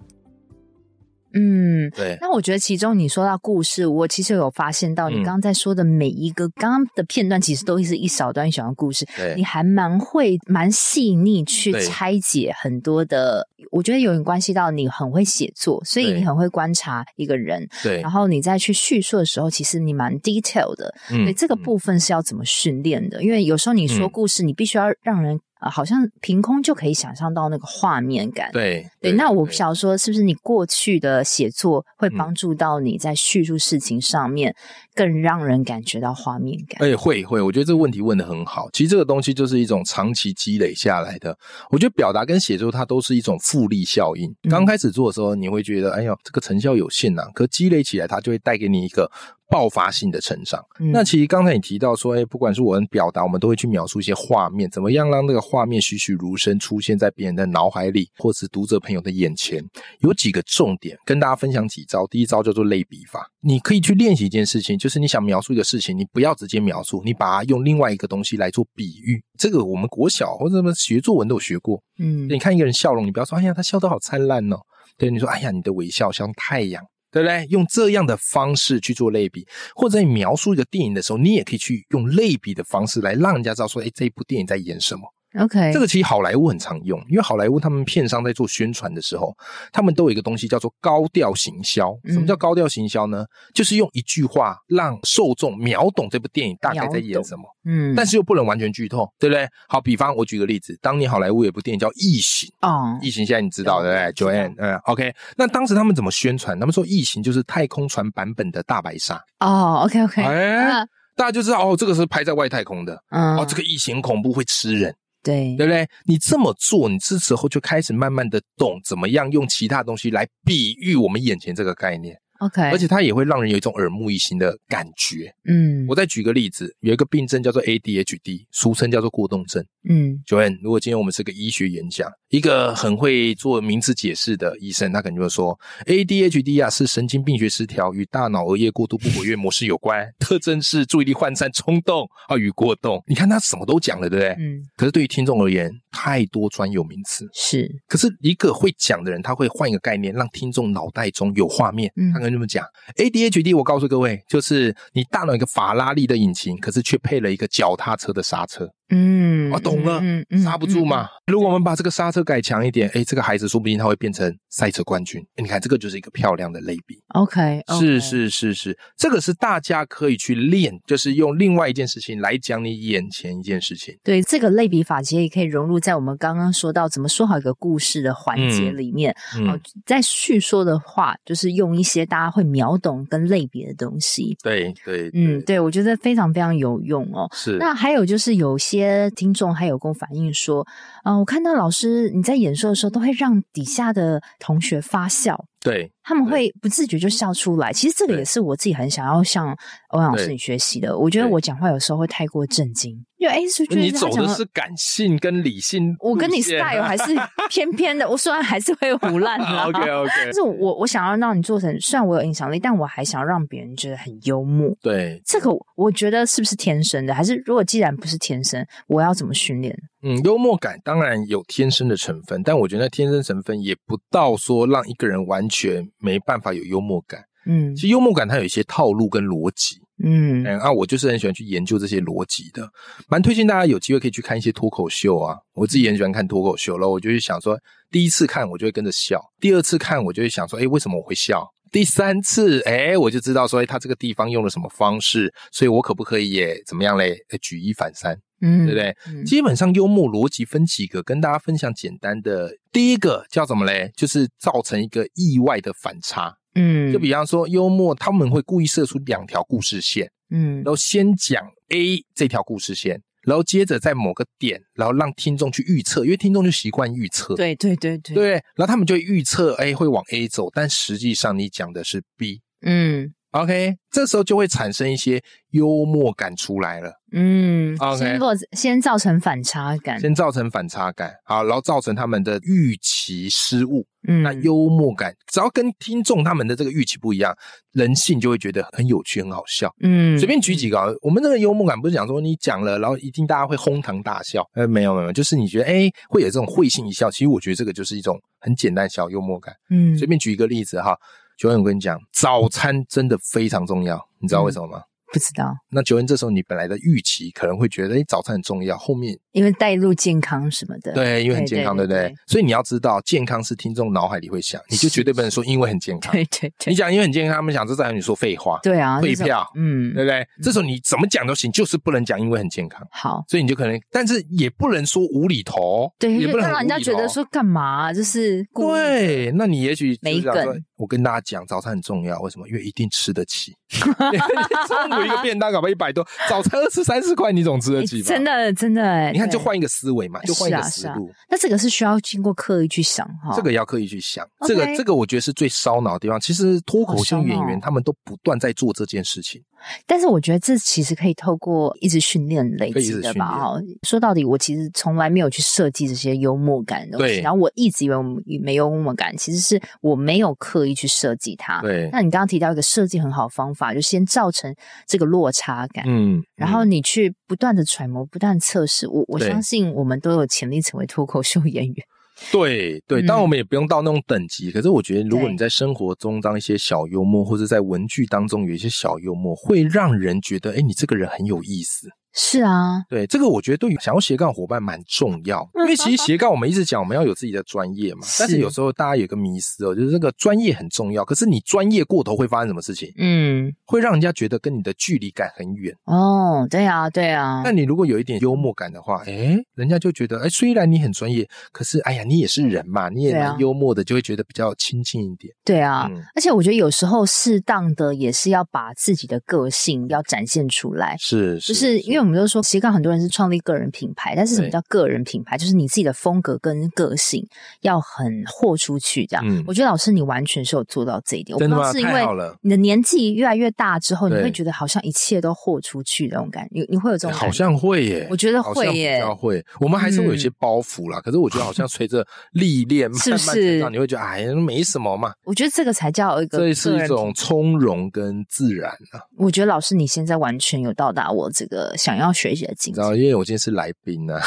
A: 嗯，
B: 对，
A: 那我觉得其中你说到故事，我其实有发现到你
B: 嗯
A: 刚刚在说的每一个、刚刚的片段，其实都是一小段一小段故事。你
B: 对，
A: 还蛮会、蛮细腻去
B: 对
A: 拆解很多的，我觉得有点关系到你很会写作，所以
B: 对
A: 你很会观察一个人，
B: 对
A: 然，后你再去叙述的时候，其实你蛮 detail 的。对
B: 嗯
A: 这个
B: 嗯
A: 部分是要怎么训练的？因为有时候你说
B: 嗯
A: 故事，你必须要让人、呃、好像凭空就可以想象到那个画面感。
B: 对
A: 对，那我不
B: 对
A: 想说，是不是你过去的写作会
B: 嗯
A: 帮助到你在叙述事情上面更让人感觉到画面感？
B: 哎、会会，我觉得这个问题问的很好。其实这个东西就是一种长期积累下来的。我觉得表达跟写作它都是一种复利效应。
A: 嗯
B: 刚开始做的时候，你会觉得哎呦这个成效有限呐、可积累起来，它就会带给你一个爆发性的成长。
A: 嗯
B: 呃那其实刚才你提到说，哎，不管是我们表达，我们都会去描述一些画面，怎么样让那个画面栩栩如生，出现在别人的脑海里，或是读者朋友的眼前。有几个重点跟大家分享几招。第一招叫做类比法，你可以去练习一件事情，就是你想描述一个事情，你不要直接描述，你把它用另外一个东西来做比喻。这个我们国小或者什么学作文都有学过，
A: 嗯
B: 你看一个人笑容，你不要说“哎呀，他笑得好灿烂哦”，对，你说“哎呀，你的微笑像太阳”，对不对？用这样的方式去做类比，或者你描述一个电影的时候，你也可以去用类比的方式来让人家知道说，哎，这一部电影在演什么。
A: ，OK，
B: 这个其实好莱坞很常用，因为好莱坞他们片商在做宣传的时候，他们都有一个东西叫做高调行销。
A: 嗯
B: 什么叫高调行销呢？就是用一句话让受众秒懂这部电影大概在
A: 秒
B: 演
A: 懂
B: 什么，
A: 嗯，
B: 但是又不能完全剧透，对不对？好，比方我举个例子，当年好莱坞有部电影叫《异形》。
A: 哦，
B: 异形现在你知道对不对
A: 知道
B: ？Joanne，嗯，OK。那当时他们怎么宣传？他们说异形就是太空船版本的大白鲨，
A: 哦，OK OK，
B: 哎大家就知道哦，这个是拍在外太空的，
A: 嗯，
B: 哦，这个异形恐怖会吃人，
A: 对
B: 对不对？你这么做，你这时候就开始慢慢的懂怎么样用其他东西来比喻我们眼前这个概念，
A: ，OK，
B: 而且它也会让人有一种耳目一新的感觉。
A: 嗯，
B: 我再举个例子，有一个病症叫做 ADHD，俗称叫做过动症。
A: 嗯
B: Joanne，如果今天我们是个医学演讲，一个很会做名词解释的医生，他可能就会说，ADHD 啊是神经病学失调，与大脑额叶过度不活跃模式有关， 特征是注意力涣散、冲动啊与过动。你看他什么都讲了，对不对？
A: 嗯
B: 可是对于听众而言，太多专有名词。
A: 是
B: 可是一个会讲的人，他会换一个概念，让听众脑袋中有画面。
A: 嗯
B: 他可能这么讲：ADHD，我告诉各位，就是你大脑有一个法拉利的引擎，可是却配了一个脚踏车的刹车。
A: 嗯，
B: 啊懂了
A: 嗯，嗯
B: 刹不住，
A: 嗯
B: 嘛。如果我们把这个刹车改强一点，哎，这个孩子说不定他会变成赛车冠军。诶你看，这个就是一个漂亮的类比。
A: 嗯 OK，
B: 是，是是是，这个是大家可以去练，就是用另外一件事情来讲你眼前一件事情。
A: 对这个类比法其实也可以融入在我们刚刚说到怎么说好一个故事的环节
B: 嗯
A: 里面。哦
B: 嗯，，
A: 在叙说的话，就是用一些大家会秒懂跟类别的东西。
B: 对对，
A: 嗯，
B: 对，
A: 对，我觉得非常非常有用哦。
B: 是。
A: 那还有就是，有些听众还有跟我反映说，啊、我看到老师你在演说的时候，都会让底下的同学发笑，
B: 对
A: 他们
B: 对
A: 会不自觉就笑出来。其实这个
B: 对
A: 也是我自己很想要向欧阳老师
B: 对
A: 你学习的。我觉得
B: 对
A: 我讲话有时候会太过震惊，因为哎，就觉得
B: 你
A: 他
B: 走
A: 讲
B: 的
A: 话
B: 是感性跟理性路线，啊
A: 我跟你 style 还是偏偏的，我虽然还是会胡乱啦。
B: OK
A: 但
B: OK，
A: 是我我想要让你做成，虽然我有影响力，但我还想要让别人觉得很幽默。
B: 对，
A: 这个我觉得是不是天生的？还是如果既然不是天生，我要怎么训练？
B: 嗯，幽默感当然有天生的成分，但我觉得那天生成分也不到说让一个人完全没办法有幽默感。
A: 嗯
B: 其实幽默感它有一些套路跟逻辑，
A: 嗯
B: 嗯啊，我就是很喜欢去研究这些逻辑的，蛮推荐大家有机会可以去看一些脱口秀啊。我自己也很喜欢看脱口秀，然后我就去想说，第一次看我就会跟着笑，第二次看我就会想说，哎，为什么我会笑？第三次，哎，我就知道说，哎，他这个地方用了什么方式，所以我可不可以也怎么样嘞？哎举一反三，
A: 嗯，
B: 对不对？
A: 嗯？
B: 基本上幽默逻辑分几个，跟大家分享简单的。第一个叫什么嘞？就是造成一个意外的反差。
A: 嗯，
B: 就比方说幽默，他们会故意设出两条故事线，
A: 嗯
B: 然后先讲 A 这条故事线，然后接着在某个点，然后让听众去预测，因为听众就习惯预测，
A: 对对对对，
B: 对，然后他们就预测，哎，会往 A 走，但实际上你讲的是 B。
A: 嗯
B: OK，这时候就会产生一些幽默感出来了，
A: 嗯
B: OK
A: 先做先造成反差感，
B: 先造成反差感，好，然后造成他们的预期失误。
A: 嗯
B: 那幽默感，只要跟听众他们的这个预期不一样，人性就会觉得很有趣、很好笑。
A: 嗯
B: 随便举几个啊，我们这个幽默感不是讲说你讲了，然后一定大家会哄堂大笑。呃，没有没有，就是你觉得哎会有这种会心一笑，其实我觉得这个就是一种很简单的小幽默感。
A: 嗯
B: 随便举一个例子哈，九恩，我跟你讲，早餐真的非常重要，你知道为什么吗？
A: 不知道，
B: 那九恩这时候你本来的预期可能会觉得，哎，早餐很重要，后面
A: 因为带入健康什么的，
B: 对，因为很健康，
A: 对
B: 对
A: 对
B: 不对
A: 对？
B: 所以你要知道，健康是听众脑海里会想，你就绝对不能说因为很健 康。
A: 对对对
B: 你讲因为很健康，他们想这在和你说废话，
A: 对啊，
B: 退
A: 这种
B: 票
A: 嗯，
B: 对不对？这时候你怎么讲都行，就是不能讲因为很健康。
A: 好，
B: 所以你就可能，但是也不能说无厘头，
A: 对，
B: 也
A: 因
B: 不
A: 为
B: 能
A: 让
B: 很
A: 人家
B: 无厘
A: 觉得
B: 头
A: 说干嘛，就是故意，
B: 对，那你也许就
A: 没
B: 想说
A: 梗。
B: 我跟大家讲，早餐很重要，为什么？因为一定吃得起。 中午一个便当搞不好一百多，早餐二十三十块，你总吃得
A: 诶
B: 起吧？
A: 真，的真的哎，
B: 你看
A: 对
B: 就换一个思维嘛，就换一个思
A: 是啊
B: 路。
A: 那这个是需要经过刻意去想哈，
B: 这个要刻意去想，
A: OK
B: 这个这个我觉得是最烧脑的地方。其实脱口秀演
A: 好烧
B: 员
A: 脑
B: 他们都不断在做这件事情，
A: 但是我觉得这其实可以透过一直训练累
B: 可以一
A: 积
B: 直
A: 的
B: 训
A: 吧。哦，说到底，我其实从来没有去设计这些幽默感的东西，
B: 对
A: 然后我一直以为我们没幽默感，其实是我没有刻意去设计它。
B: 对
A: 那你刚刚提到一个设计很好的方法，就先造成这个落差感。
B: 嗯，
A: 然后
B: 嗯
A: 你去不断的揣摩，不断地测试，我我
B: 对
A: 相信我们都有潜力成为脱口秀演员。
B: 对对，
A: 嗯
B: 当然我们也不用到那种等级，可是我觉得如果
A: 对
B: 你在生活中当一些小幽默，或者在文具当中有一些小幽默，会让人觉得，哎，你这个人很有意思。
A: 是啊，
B: 对，这个我觉得对于想要斜杠伙伴蛮重要，因为其实斜杠我们一直讲我们要有自己的专业 嘛，但是
A: 是
B: 有时候大家有一个迷思哦，就是这个专业很重要，可是你专业过头会发生什么事情？
A: 嗯，
B: 会让人家觉得跟你的距离感很远。
A: 哦，对啊，对啊，
B: 那你如果有一点幽默感的话，
A: 哎
B: 诶，人家就觉得，诶，哎虽然你很专业，可是哎呀，你也是人嘛，你也
A: 对啊
B: 蛮幽默的，就会觉得比较亲近一点。
A: 对啊，
B: 嗯
A: 而且我觉得有时候适当的也是要把自己的个性要展现出来。
B: 是，
A: 就是因为我们都说斜杠，很多人是创立个人品牌，但是什么
B: 对
A: 叫个人品牌？就是你自己的风格跟个性要很豁出去，这样。
B: 嗯
A: 我觉得老师你完全是有做到这一点，我不
B: 真
A: 知
B: 的
A: 道
B: 吗？
A: 是因
B: 太
A: 为
B: 好了，
A: 你的年纪越来越大之后，你
B: 对
A: 会觉得好像一切都豁出去的那种感觉，你你会有这种感觉
B: 哎好像会耶，
A: 我觉得
B: 好
A: 会
B: 像
A: 耶嗯
B: 比较会。我们还是会有一些包袱啦，可是我觉得好像 随着历练慢
A: 是不
B: 慢成
A: 是
B: 长，你会觉得哎，没什么嘛，
A: 我觉得这个才叫一个
B: 这
A: 个
B: 是一
A: 人
B: 种从容跟自然啊。
A: 我觉得老师你现在完全有到达我这个想要学习的境
B: 你
A: 界
B: 知。道，因为我今天是来 宾啊，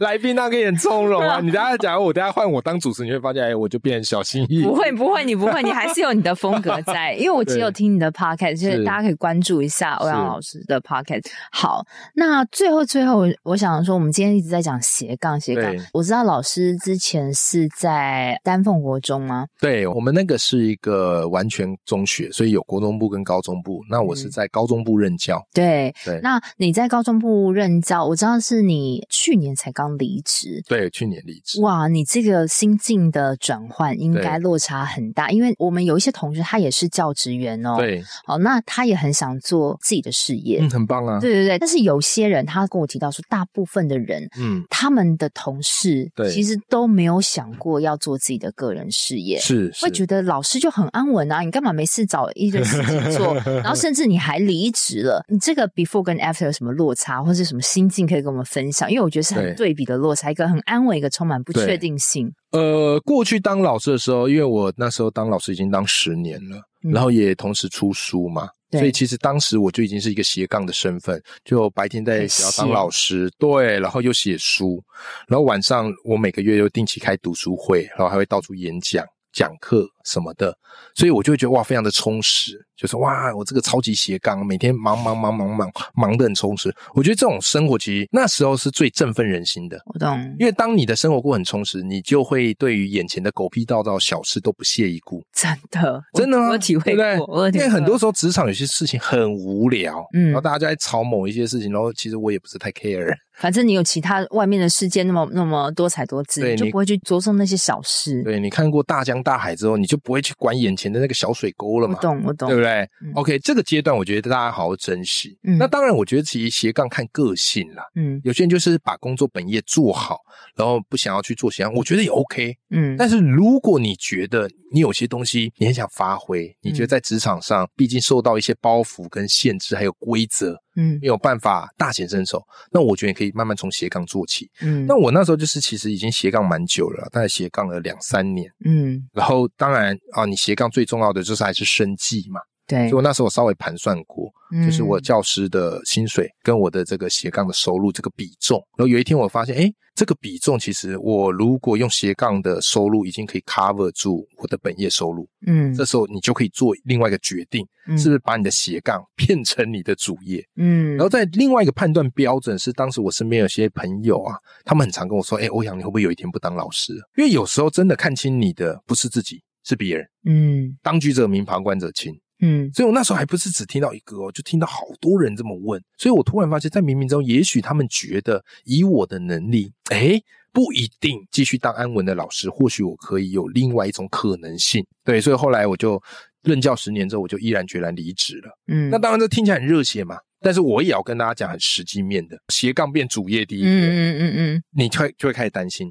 B: 来宾那个也很从容啊。你等下假如我等下换我当主持人，你会发现，哎，我就变小心翼翼。
A: 不 会，不会，你不会，你还是有你的风格在。因为我只有听你的 podcast，就是
B: 是
A: 大家可以关注一下欧阳老师的 podcast。好，那最后最后，我我想说，我们今天一直在讲斜杠斜杠
B: 对。
A: 我知道老师之前是在丹凤国中吗？
B: 对我们那个是一个完全中学，所以有国中部跟高中部。那我是
A: 嗯
B: 在高中部任教，
A: 对，
B: 对
A: 那你在高中部任教，我知道是你去年才刚离职。
B: 对，去年离职。
A: 哇，你这个心境的转换应
B: 对
A: 该落差很大，因为我们有一些同学他也是教职员哦，，
B: 对，
A: 哦，那他也很想做自己的事业，
B: 嗯，很棒啊。
A: 对对对，但是有些人他跟我提到说，大部分的人
B: 嗯，
A: 他们的同事
B: 对
A: 其实都没有想过要做自己的个人事业。
B: 是是
A: 会，觉得老师就很安稳啊，你干嘛没事找一堆事情 做？然后甚至你还离职了，你这个 before 跟 after 有什么落差，或是什么心境可以跟我们分享？因为我觉得是很对比的落差，一个很安稳，一个充满不确定性。
B: 呃，过去当老师的时候，因为我那时候当老师已经当十年了，
A: 嗯
B: 然后也同时出书嘛，
A: 对
B: 所以其实当时我就已经是一个斜杠的身份，就白天在学校当老师，对，然后又写书，然后晚上我每个月又定期开读书会，然后还会到处演讲。讲课什么的，所以我就会觉得哇，非常的充实，就是哇，我这个超级斜杠，每天忙忙忙忙忙忙得很充实。我觉得这种生活其实那时候是最振奋人心的，
A: 我懂，
B: 因为当你的生活过很充实，你就会对于眼前的狗屁道道小事都不屑一顾，
A: 真的，我
B: 真的吗？
A: 我体会
B: 对不对
A: 过，我有体
B: 因
A: 会
B: 为很
A: 过
B: 多时候职场有些事情很无聊，
A: 嗯
B: 然后大家就在吵某一些事情，然后其实我也不是太 care，
A: 反正你有其他外面的世界那么那么多彩多姿，
B: 对
A: 你就
B: 你
A: 不会去着重那些小事。
B: 对你看过大江大海之后，你就不会去管眼前的那个小水沟了
A: 我
B: 嘛，
A: 懂，我懂
B: 对不，对、
A: 嗯
B: o k 这个阶段我觉得大家好好珍惜。
A: 嗯
B: 那当然，我觉得其实斜杠看个性啦，
A: 嗯
B: 有些人就是把工作本业做好，然后不想要去做斜杠，我觉得也 OK。
A: 嗯，
B: 但是如果你觉得你有些东西你很想发挥，你觉得在职场上毕竟受到一些包袱跟限制，还有规则，
A: 嗯
B: 没有办法大显身手，那我觉得你可以慢慢从斜杠做起。
A: 嗯，
B: 那我那时候就是其实已经斜杠蛮久了，大概斜杠了两三年。
A: 嗯
B: 然后当然啊，你斜杠最重要的就是还是生计嘛，
A: 对
B: 所以，我那时候我稍微盘算过，就是我
A: 嗯
B: 教师的薪水跟我的这个斜杠的收入这个比重。然后有一天我发现，哎，这个比重其实我如果用斜杠的收入已经可以 cover 住我的本业收入，
A: 嗯
B: 这时候你就可以做另外一个决定，
A: 嗯
B: 是不是把你的斜杠 变成你的主业？
A: 嗯，
B: 然后在另外一个判断标准是，当时我身边有些朋友啊，他们很常跟我说：“哎，欧阳，你会不会有一天不当老师了？”因为有时候真的看清你的不是自己，是别人。
A: 嗯
B: 当局者迷，旁观者清。
A: 嗯
B: 所以我那时候还不是只听到一个哦，就听到好多人这么问。所以我突然发现，在冥冥中，也许他们觉得以我的能力，哎，不一定继续当安稳的老师，或许我可以有另外一种可能性。对，所以后来我就任教十年之后，我就毅然决然离职了。
A: 嗯，
B: 那当然，这听起来很热血嘛，但是我也要跟大家讲很实际面的，斜杠变主业第一
A: 嗯
B: 个，
A: 嗯嗯嗯
B: 你就会就会开始担心，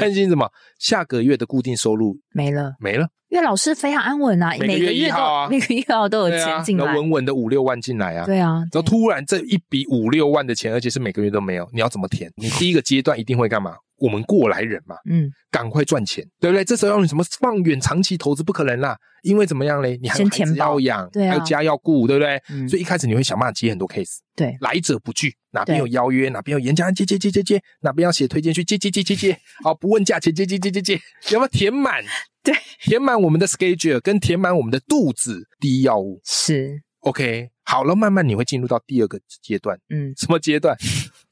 B: 担心什么？下个月的固定收入
A: 没了，
B: 没了，
A: 因为老师非常安稳啊，
B: 每个
A: 每
B: 月一
A: 月
B: 号啊
A: 都每个月号都有
B: 对啊
A: 钱进
B: 然
A: 来
B: 后，稳稳的五六万进来啊，
A: 对啊，
B: 然
A: 对
B: 后突然这一笔五六万的钱，而且是每个月都没有，你要怎么填？你第一个阶段一定会干嘛？我们过来人嘛，
A: 嗯，
B: 赶快赚钱，对不对？这时候要你什么放远长期投资不可能啦，因为怎么样嘞？你还有
A: 先
B: 孩
A: 填
B: 子
A: 饱
B: 要养，
A: 对啊
B: 还有家要顾，对不对？
A: 嗯
B: 所以一开始你会想办法接很多 case，
A: 对
B: 来者不拒，哪边
A: 对
B: 有邀约，哪边有演讲，接接接接接，哪边要写推荐去接接接接接，好不问价钱接接接接接，要不要填满？
A: 对，
B: 填满我们的 schedule 跟填满我们的肚子，第一要务。
A: 是
B: OK，好了，慢慢你会进入到第二个阶 段，
A: 嗯
B: 什么阶段？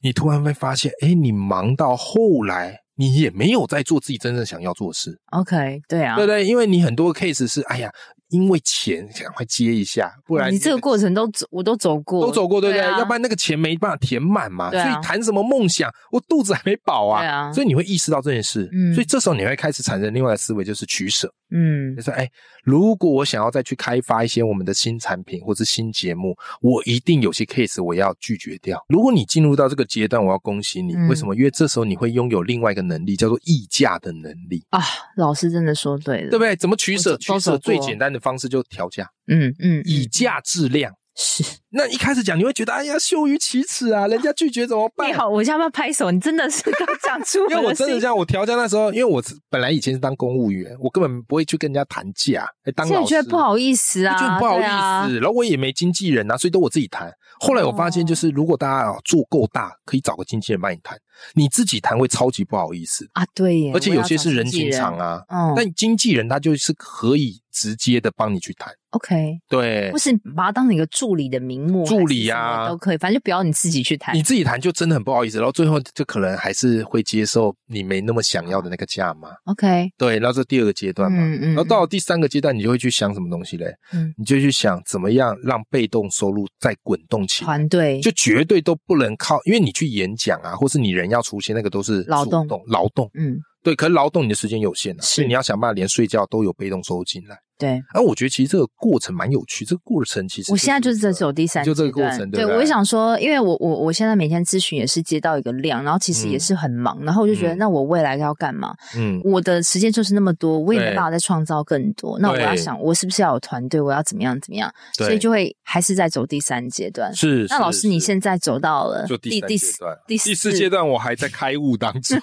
B: 你突然会发现，哎，你忙到后来，你也没有在做自己真正想要做的事，
A: OK 对啊，
B: 对不对？因为你很多 case 是，哎呀，因为钱赶快接一下，不
A: 嗯
B: 然
A: 哦你这个过程都走我都走过，
B: 都走过，对不对？
A: 啊
B: 要不然那个钱没办法填满嘛。
A: 对
B: 所
A: 啊
B: 以谈什么梦想，我肚子还没饱啊。
A: 对啊
B: 所以你会意识到这件事，
A: 嗯
B: 所以这时候你会开始产生另外的思维，就是取舍。
A: 嗯
B: 就说，哎，如果我想要再去开发一些我们的新产品或是新节目，我一定有些 case 我要拒绝掉。如果你进入到这个阶段，我要恭喜你，
A: 嗯
B: 为什么？因为这时候你会拥有另外一个能力，叫做议价的能力，
A: 啊，老师真的说对了，
B: 对不对？怎么取舍？
A: 我
B: 取
A: 都走
B: 舍
A: 过
B: 最简单的方式就调价，
A: 嗯嗯，
B: 以
A: 嗯
B: 价质量。
A: 是
B: 那一开始讲，你会觉得哎呀羞于启齿啊，人家拒绝怎么办
A: 你？好，我要不要拍手？你真的是刚讲出
B: 因为我真的
A: 心
B: 这样，我调价那时候，因为我本来以前是当公务员，我根本不会去跟人家谈价，哎当
A: 现
B: 老
A: 在
B: 师
A: 觉得不好意思啊，
B: 就不好意
A: 对
B: 思，
A: 啊
B: 然后我也没经纪人啊，所以都我自己谈。后来我发
A: 哦
B: 现，就是如果大家啊做够大，可以找个经纪人帮你谈，你自己谈会超级不好意思，
A: 啊，对耶，
B: 而且
A: 我
B: 有
A: 要
B: 些
A: 找
B: 是人
A: 经纪
B: 情场啊。
A: 嗯，
B: 但经纪人他就是可以直接的帮你去谈，
A: OK，
B: 对
A: 或，是把它当成一个助理的名目，
B: 助理啊
A: 还是什么都可以，反正就不要你自己去谈
B: 你。自己谈就真的很不好意思，然后最后就可能还是会接受你没那么想要的那个价嘛，
A: OK，
B: 对，然后这第二个阶段嘛，
A: 嗯嗯
B: 然后到了第三个阶段，你就会去想什么东西嘞？
A: 嗯
B: 你就去想怎么样让被动收入再滚动起来。
A: 团队
B: 就绝对都不能靠，因为你去演讲啊，或是你人要出现，那个都是主
A: 劳动
B: 动劳动，
A: 嗯，
B: 对，可是劳动你的时间有限啊，
A: 是
B: 所以你要想办法连睡觉都有被动收入进来。
A: 对，
B: 而我觉得其实这个过程蛮有趣，这个过程其实
A: 我现在就是
B: 一
A: 在
B: 个
A: 走第三阶
B: 就
A: 段，
B: 这个过程对
A: 对
B: 不对
A: 我也想说，因为我我我现在每天咨询也是接到一个量，然后其实也是很忙，然后我就觉得，
B: 嗯
A: 那我未来要干嘛？
B: 嗯
A: 我的时间就是那么多，我也没
B: 对
A: 办法再创造更多。那我要
B: 对
A: 想，我是不是要有团队？我要怎么样怎么样？
B: 对
A: 所以就会还是在走第三阶段。
B: 是。
A: 那老师，
B: 是
A: 你
B: 是
A: 现在走到了
B: 就第
A: 第第
B: 三阶
A: 四
B: 段
A: 第
B: 第四
A: 四
B: 阶段，我还在开悟当 中。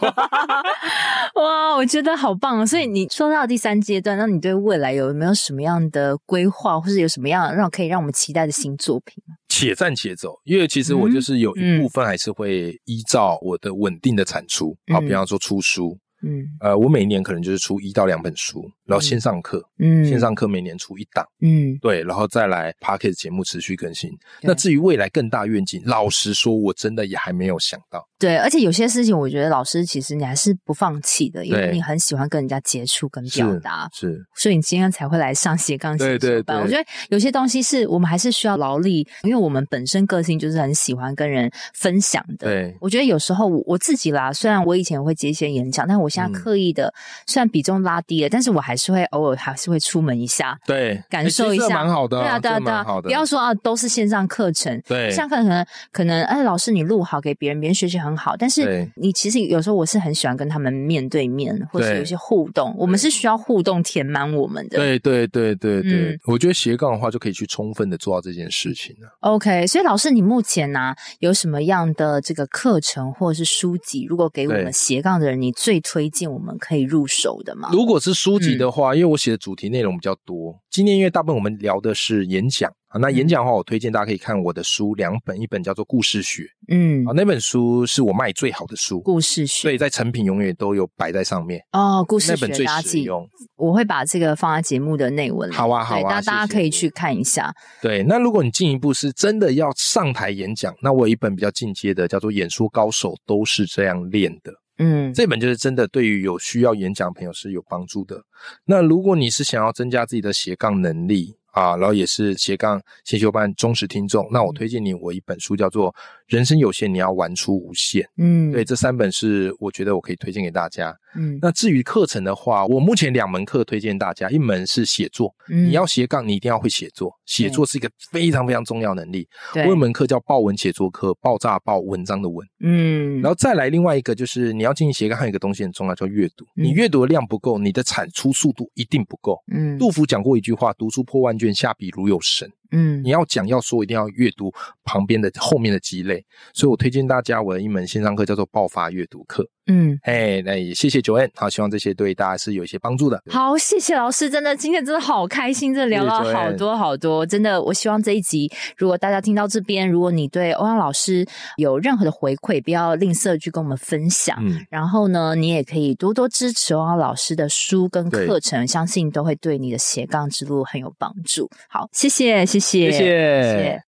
A: 哇，我觉得好棒哦！所
B: 嗯
A: 以你说到第三阶段，那你对未来有没有什么样的规划，或是有什么样让可以让我们期待的新作品？
B: 且战且走，因为其实我
A: 嗯
B: 就是有一部分还是会依照我的稳定的产出，
A: 嗯
B: 好，比方说出书，
A: 嗯
B: 呃，我每年可能就是出一到两本书，然后线上课，
A: 嗯，
B: 线上课每年出一档。
A: 嗯
B: 对，然后再来 p a c k e t 节目持续更新。
A: 对
B: 那至于未来更大愿景，老实说，我真的也还没有想到。
A: 对，而且有些事情，我觉得老师其实你还是不放弃的，因为
B: 对
A: 你很喜欢跟人家接触跟
B: 是
A: 表达，
B: 是，
A: 所以你今天才会来上斜杠
B: 对
A: 先
B: 对
A: 修班。
B: 对
A: 我觉得有些东西是我们还是需要劳力，因为我们本身个性就是很喜欢跟人分享的。
B: 对
A: 我觉得有时候我我自己啦，虽然我以前会接一些演讲，但我现
B: 嗯
A: 在刻意的，虽然比重拉低了，但是我还是会偶尔还是会出门一下，
B: 对，
A: 感受一
B: 欸其实这
A: 下，
B: 蛮好的啊、
A: 对啊，对啊，
B: 这
A: 对
B: 蛮
A: 啊
B: 好，的，
A: 不要说啊，都是线上课程。
B: 对
A: 像可能可能，哎，老师你录好给别人，别人学习很好，但是
B: 对
A: 你其实有时候我是很喜欢跟他们面对面，或是
B: 对
A: 有一些互动，我们是需要互动填满我们的。
B: 对对对对对，
A: 嗯
B: 我觉得斜杠的话就可以去充分的做到这件事情啊了。
A: OK，所以老师，你目前呢、啊有什么样的这个课程或者是书籍？如果给我
B: 对
A: 们斜杠的人，你最推荐我们可以入手的吗？
B: 如果是书籍的
A: 嗯
B: 话，因为我写的主题内容比较多，今天因为大部分我们聊的是演讲啊，那
A: 嗯
B: 演讲的话，我推荐大家可以看我的书两本，一本叫做《故事学》
A: 嗯
B: 啊，，那本书是我卖最好的书，
A: 故事
B: 所
A: 学
B: 以在成品永远都有摆在上面，
A: 哦，故
B: 那
A: 事学
B: 本最
A: 大家
B: 实
A: 记，
B: 用。
A: 我会把这个放在节目的内文里。
B: 好啊好啊
A: 对，大
B: 谢谢
A: 大家可以去看一下。
B: 对，那如果你进一步是真的要上台演讲，那我有一本比较进阶的，叫做《演说高手都是这样练的》。
A: 嗯，
B: 这本就是真的对于有需要演讲的朋友是有帮助的。那如果你是想要增加自己的斜杠能力啊，然后也是斜杠先修班忠实听众，那我推荐你我一本书叫做《人生有限，你要玩出无限》。
A: 嗯，
B: 对，，这三本是我觉得我可以推荐给大家。
A: 嗯，
B: 那至于课程的话，我目前两门课推荐大家，一门是写作，
A: 你
B: 你要斜杠，你一定要会写作，写作是一个非常非常重要的能力。我
A: 对
B: 有一，门课叫爆文写作课，爆炸爆文章的文。
A: 嗯，
B: 然后再来另外一个就是你要进行斜杠，还有一个东西很重要，叫阅读。
A: 嗯
B: 你阅读的量不够，你的产出速度一定不够。
A: 嗯，
B: 杜甫讲过一句话：“读书破万卷，下笔如有神。”
A: 嗯
B: 你，要讲要说，一定要阅读旁边的后面的积累。所以我推荐大家我的一门线上课叫做“爆发阅读课
A: 嗯。”。
B: 哎，那也谢谢九 N，好，希望这些对大家是有一些帮助的。
A: 好，谢谢老师，真的今天真的好开心，真的聊
B: 谢谢
A: 了好
B: Joanne
A: 多好多，真的，我希望这一集如果大家听到这边，如果你对欧阳老师有任何的回馈，不要吝啬去跟我们分享。
B: 嗯，
A: 然后呢，你也可以多多支持欧阳老师的书跟
B: 对
A: 课程，相信都会对你的斜杠之路很有帮助。好，谢谢，谢谢，
B: 谢谢。
A: 谢。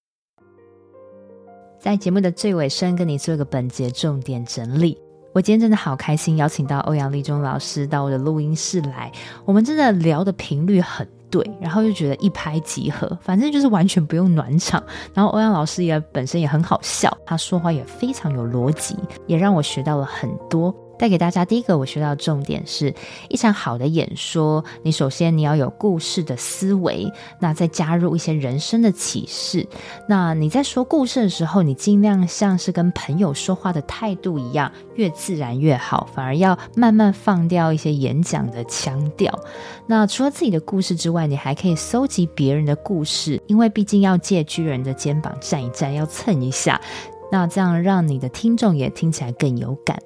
A: 在节目的最尾声，跟你做一个本节重点整理。我今天真的好开心，邀请到欧阳立中老师到我的录音室来，我们真的聊的频率很。对，然后就觉得一拍即合，反正就是完全不用暖场。然后欧阳老师也本身也很好笑，他说话也非常有逻辑，也让我学到了很多。带给大家第一个我学到的重点是，一场好的演说，你首先你要有故事的思维，那再加入一些人生的启示。那你在说故事的时候，你尽量像是跟朋友说话的态度一样，越自然越好，反而要慢慢放掉一些演讲的腔调。那除了自己的故事之外，你还可以搜集别人的故事，因为毕竟要借巨人的肩膀站一站，要蹭一下。那这样让你的听众也听起来更有感。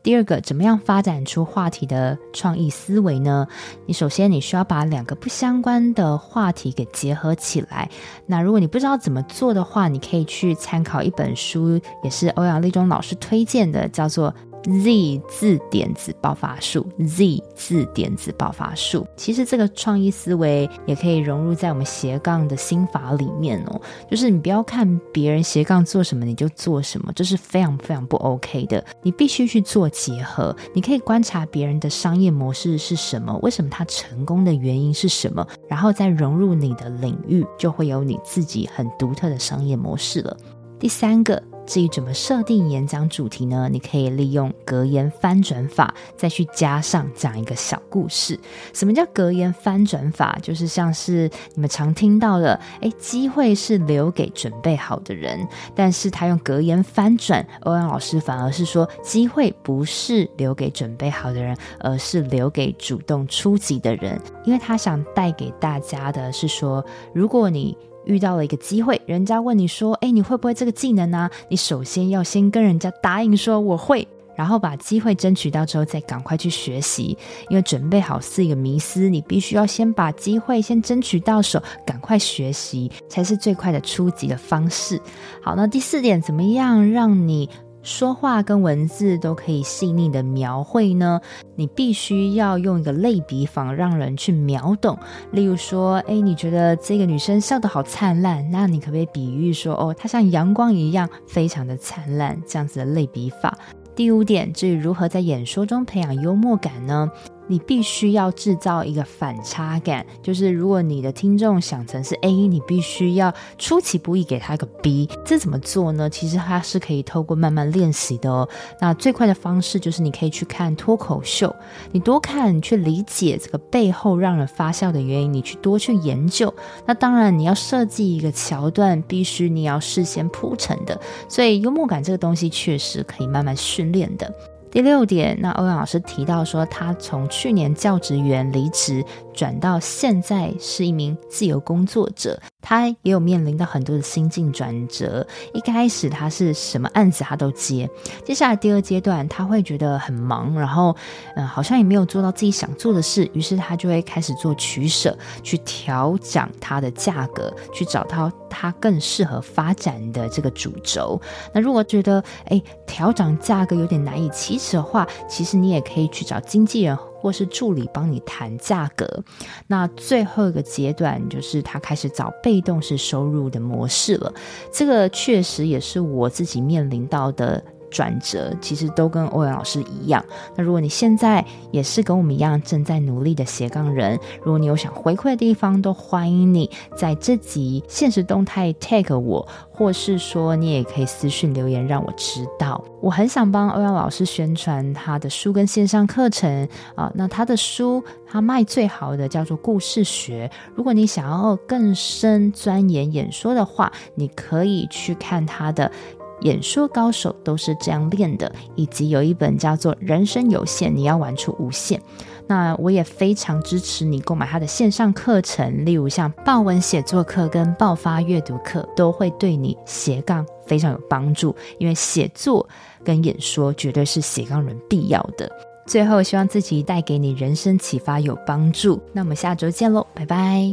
A: 第二个，怎么样发展出话题的创意思维呢？你首先你需要把两个不相关的话题给结合起来。那如果你不知道怎么做的话，你可以去参考一本书，也是欧阳立中老师推荐的，叫做。Z 字点子爆发术，Z 字点子爆发术，其实这个创意思维也可以融入在我们斜杠的心法里面哦。就是你不要看别人斜杠做什么你就做什么，这是非常非常不 OK 的。你必须去做结合，你可以观察别人的商业模式是什么，为什么他成功的原因是什么，然后再融入你的领域，就会有你自己很独特的商业模式了。第三个。至于怎么设定演讲主题呢？你可以利用格言翻转法，再去加上讲一个小故事。什么叫格言翻转法？就是像是你们常听到的，哎，机会是留给准备好的人，但是他用格言翻转，欧阳老师反而是说，机会不是留给准备好的人，而是留给主动出击的人，因为他想带给大家的是说，如果你遇到了一个机会，人家问你说：“哎，你会不会这个技能啊？”你首先要先跟人家答应说我会，然后把机会争取到之后，再赶快去学习。因为准备好是一个迷思，你必须要先把机会先争取到手，赶快学习才是最快的初级的方式。好，那第四点，怎么样让你说话跟文字都可以细腻的描绘呢？你必须要用一个类比法让人去秒懂。例如说，哎，你觉得这个女生笑得好灿烂，那你可不可以比喻说，哦，她像阳光一样，非常的灿烂，这样子的类比法。第五点，至于如何在演说中培养幽默感呢？你必须要制造一个反差感，就是如果你的听众想成是 A，你必须要出其不意给他一个 B。这怎么做呢？其实它是可以透过慢慢练习的哦。那最快的方式就是你可以去看脱口秀，你多看，你去理解这个背后让人发笑的原因，你去多去研究。那当然，你要设计一个桥段，必须你要事先铺陈的。所以幽默感这个东西确实可以慢慢训练的。第六点，那欧阳老师提到说，他从去年教职员离职，转到现在是一名自由工作者，他也有面临到很多的心境转折。一开始他是什么案子他都接，接下来第二阶段他会觉得很忙，然后嗯、呃好像也没有做到自己想做的事，于是他就会开始做取舍，去调整它的价格，去找到它更适合发展的这个主轴。那如果觉得哎调整价格有点难以启齿的话，其实你也可以去找经纪人或是助理帮你谈价格。那最后一个阶段就是他开始找被动式收入的模式了，这个确实也是我自己面临到的。转折其实都跟欧阳老师一样。那如果你现在也是跟我们一样正在努力的斜杠人，如果你有想回馈的地方，都欢迎你在这集现实动态 tag 我，或是说你也可以私讯留言让我知道。我很想帮欧阳老师宣传他的书跟线上课程啊、那他的书他卖最好的叫做《故事学》，如果你想要更深钻研演说的话，你可以去看他的演说高手都是这样练的，以及有一本叫做《人生有限，你要玩出无限》。那我也非常支持你购买他的线上课程，例如像豹文写作课跟爆发阅读课，都会对你斜杠非常有帮助，因为写作跟演说绝对是斜杠人必要的。最后，希望自己带给你人生启发有帮助。那我们下周见喽，拜拜。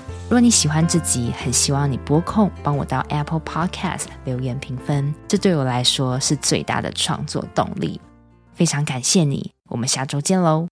A: 如果你喜欢这集，很希望你拨空帮我到 Apple Podcast 留言评分，这对我来说是最大的创作动力。非常感谢你，我们下周见喽。